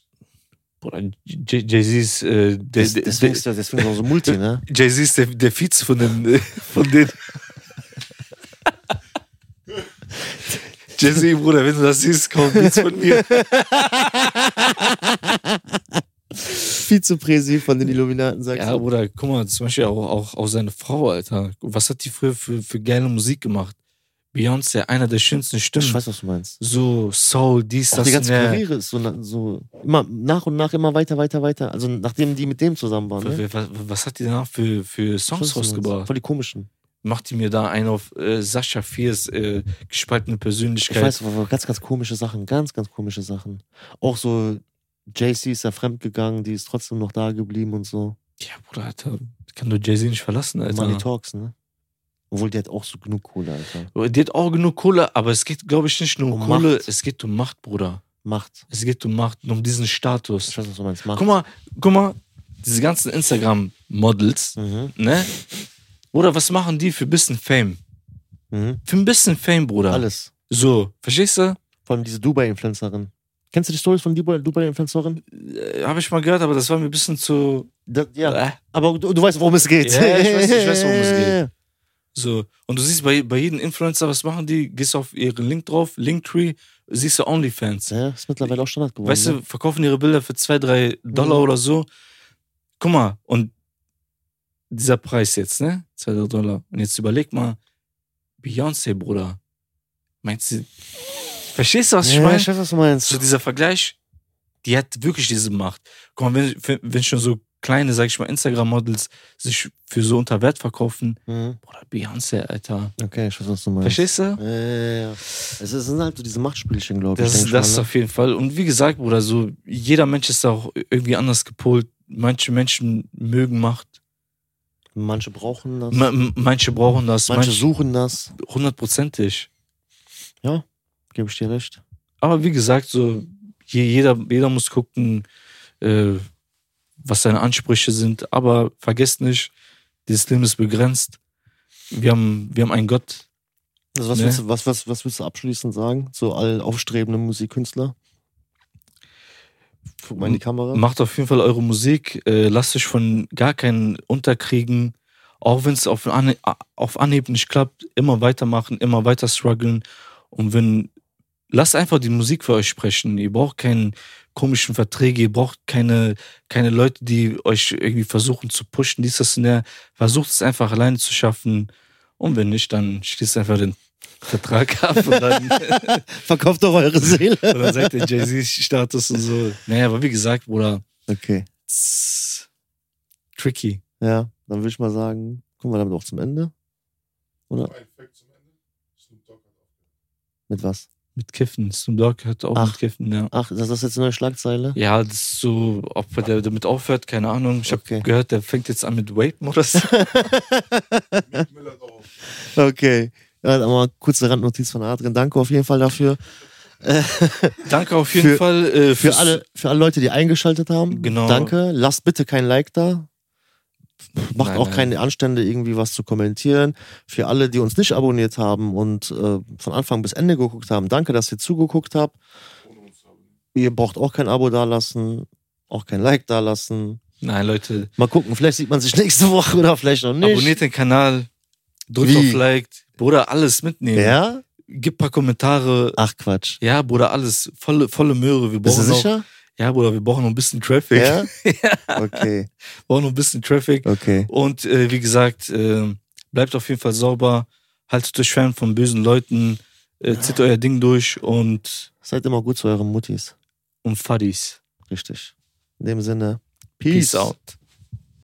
Bruder Jay- Jay-Z ist, äh, der,
Des,
der,
deswegen
der,
ist das deswegen auch so Multi, ne?
Jay-Z ist der, der Vize von den, äh, von den. Jay-Z, Bruder, wenn du das siehst, komm, Beats von mir.
Vizepräsi von den Illuminaten, sagst
Ja, Bruder, guck mal, zum Beispiel auch, auch, auch seine Frau, Alter. Was hat die früher für, für geile Musik gemacht? Beyoncé, einer der schönsten Stimmen.
Ich weiß, was du meinst.
so Soul, dies,
Auch
das,
die ganze
ne.
Karriere ist so, na- so immer nach und nach immer weiter, weiter, weiter. Also nachdem die mit dem zusammen waren. Ne?
W- w- Was, hat die danach für, für
Ich weiß, was
Songs
du meinst.
rausgebracht?
Voll die komischen.
Macht die mir da einen auf äh, Sascha Fiers äh, gespaltene
Ich
Persönlichkeit?
weiß, aber ganz, ganz komische Sachen. Ganz, ganz komische Sachen. Auch so, JC ist ja fremdgegangen, die ist trotzdem noch da geblieben und so.
Ja, Bruder, Alter, ich kann doch Jay-Z nicht verlassen,
Money
Alter.
Talks, ne? Obwohl, die hat auch so genug Kohle, Alter.
Die hat auch genug Kohle, aber es geht, glaube ich, nicht nur um,
Um
Kohle,
Macht.
es geht um Macht, Bruder.
Macht.
Es geht um Macht und um diesen
Ich
Status.
weiß, was du meinst. Macht.
Guck mal, guck mal, diese ganzen Instagram-Models,
Mhm.
ne? Bruder, was machen die für ein bisschen Fame?
Mhm.
Für ein bisschen Fame, Bruder.
Alles.
So, verstehst du?
Vor allem diese Dubai-Influencerin. Kennst du die Stories von Dubai- Dubai-Influencerin?
Äh, Habe ich mal gehört, aber das war mir ein bisschen zu.
Da- ja,
Äh.
aber du, du weißt, worum es geht.
Ja, ich weiß- ich weiß, worum es geht. So, und du siehst bei, bei jedem Influencer, was machen die? Gehst auf ihren Link drauf, Linktree, siehst du OnlyFans.
Ja, ist mittlerweile auch Standard geworden.
weißt
ne?
du, verkaufen ihre Bilder für 2, 3 Dollar
Mhm.
oder so. Guck mal, und dieser Preis jetzt, ne? 2, 3 Dollar. Und jetzt überleg mal, Beyoncé, Bruder. Meinst du, verstehst du, was ich
ja,
meine?
ich weiß, was du meinst.
So dieser Vergleich, die hat wirklich diese Macht. Guck mal, wenn, wenn schon so kleine, sag ich mal, Instagram-Models sich für so unter Wert verkaufen,
Mhm.
Bruder, Beyoncé, Alter.
Okay, ich weiß, was du meinst.
Verstehst du?
Ja, ja, ja. Es ist- sind halt so diese Machtspielchen, glaube ich.
Das,
denk
ist
ich
das ist
mal, ne?
auf jeden Fall. Und wie gesagt, Bruder, so jeder Mensch ist da auch irgendwie anders gepolt. Manche Menschen mögen Macht,
Manche brauchen das.
ma- m- manche brauchen das,
manche
manche
suchen das.
hundertprozentig.
Gebe ich dir recht.
Aber wie gesagt, so je- jeder, jeder muss gucken, äh, was seine Ansprüche sind. Aber vergesst nicht, dieses Leben ist begrenzt. Wir haben, wir haben einen Gott.
Also was,
Ne?
willst du, was, was, was willst du abschließend sagen? So all aufstrebende Musikkünstler? Guck mal in die Kamera.
Macht auf jeden Fall eure Musik. Äh, lasst euch von gar keinen unterkriegen. Auch wenn es auf, Anhe auf Anhieb nicht klappt, immer weitermachen, immer weiter strugglen. Und wenn, lasst einfach die Musik für euch sprechen. Ihr braucht keinen komischen Verträge, ihr braucht keine, keine Leute, die euch irgendwie versuchen zu pushen. Dies, das und der. Versucht es einfach alleine zu schaffen. Und wenn nicht, dann schließt einfach den Vertrag ab und dann
Verkauft doch eure Seele.
und dann sagt der Jay-Z-Status und so. Naja, aber wie gesagt, Bruder,
Okay.
s- tricky.
Ja. Dann würde ich mal sagen, kommen wir damit auch zum Ende. Oder?
Ein Fact zum Ende. Snoop Dogg hat aufgehört.
Mit was?
Mit Kiffen. Snoop Dogg hat auch
Ach.
mit Kiffen, ja.
Ach, das ist jetzt eine neue Schlagzeile?
Ja, das ist so, ob der damit aufhört, keine Ahnung. Ich habe
Okay.
gehört, der fängt jetzt an mit Vapen oder so.
Mac Miller hat auch aufgehört.
okay. Ja, dann mal kurze Randnotiz von Adrian. Danke auf jeden Fall dafür.
Danke auf jeden
Für-
Fall äh,
Für
fürs-
alle, für alle Leute, die eingeschaltet haben.
Genau.
Danke. Lasst bitte kein Like da. Macht
Nein,
auch
nein.
keine Anstände, irgendwie was zu kommentieren. Für alle, die uns nicht abonniert haben und äh, von Anfang bis Ende geguckt haben, danke, dass ihr zugeguckt habt.
Ohne uns zu haben.
Ihr braucht auch kein Abo dalassen, auch kein Like dalassen.
Nein, Leute,
Mal gucken, vielleicht sieht man sich nächste Woche oder vielleicht noch nicht.
abonniert den Kanal, drückt
Wie?
auf Like, Bruder, alles mitnehmen.
Ja?
Gib paar Kommentare.
Ach Quatsch.
Ja, Bruder, alles. Volle, volle Möhre. Wir
Bist du
brauchen noch,
sicher?
Ja, Bruder, wir brauchen noch ein bisschen Traffic.
Ja? Okay,
Wir brauchen noch ein bisschen Traffic.
okay.
Und äh, wie gesagt, äh, bleibt auf jeden Fall sauber, haltet euch fern von bösen Leuten, äh, zieht euer Ding durch und,
Seid immer gut zu euren Muttis.
und Fuddies.
Richtig. In dem Sinne,
Peace out.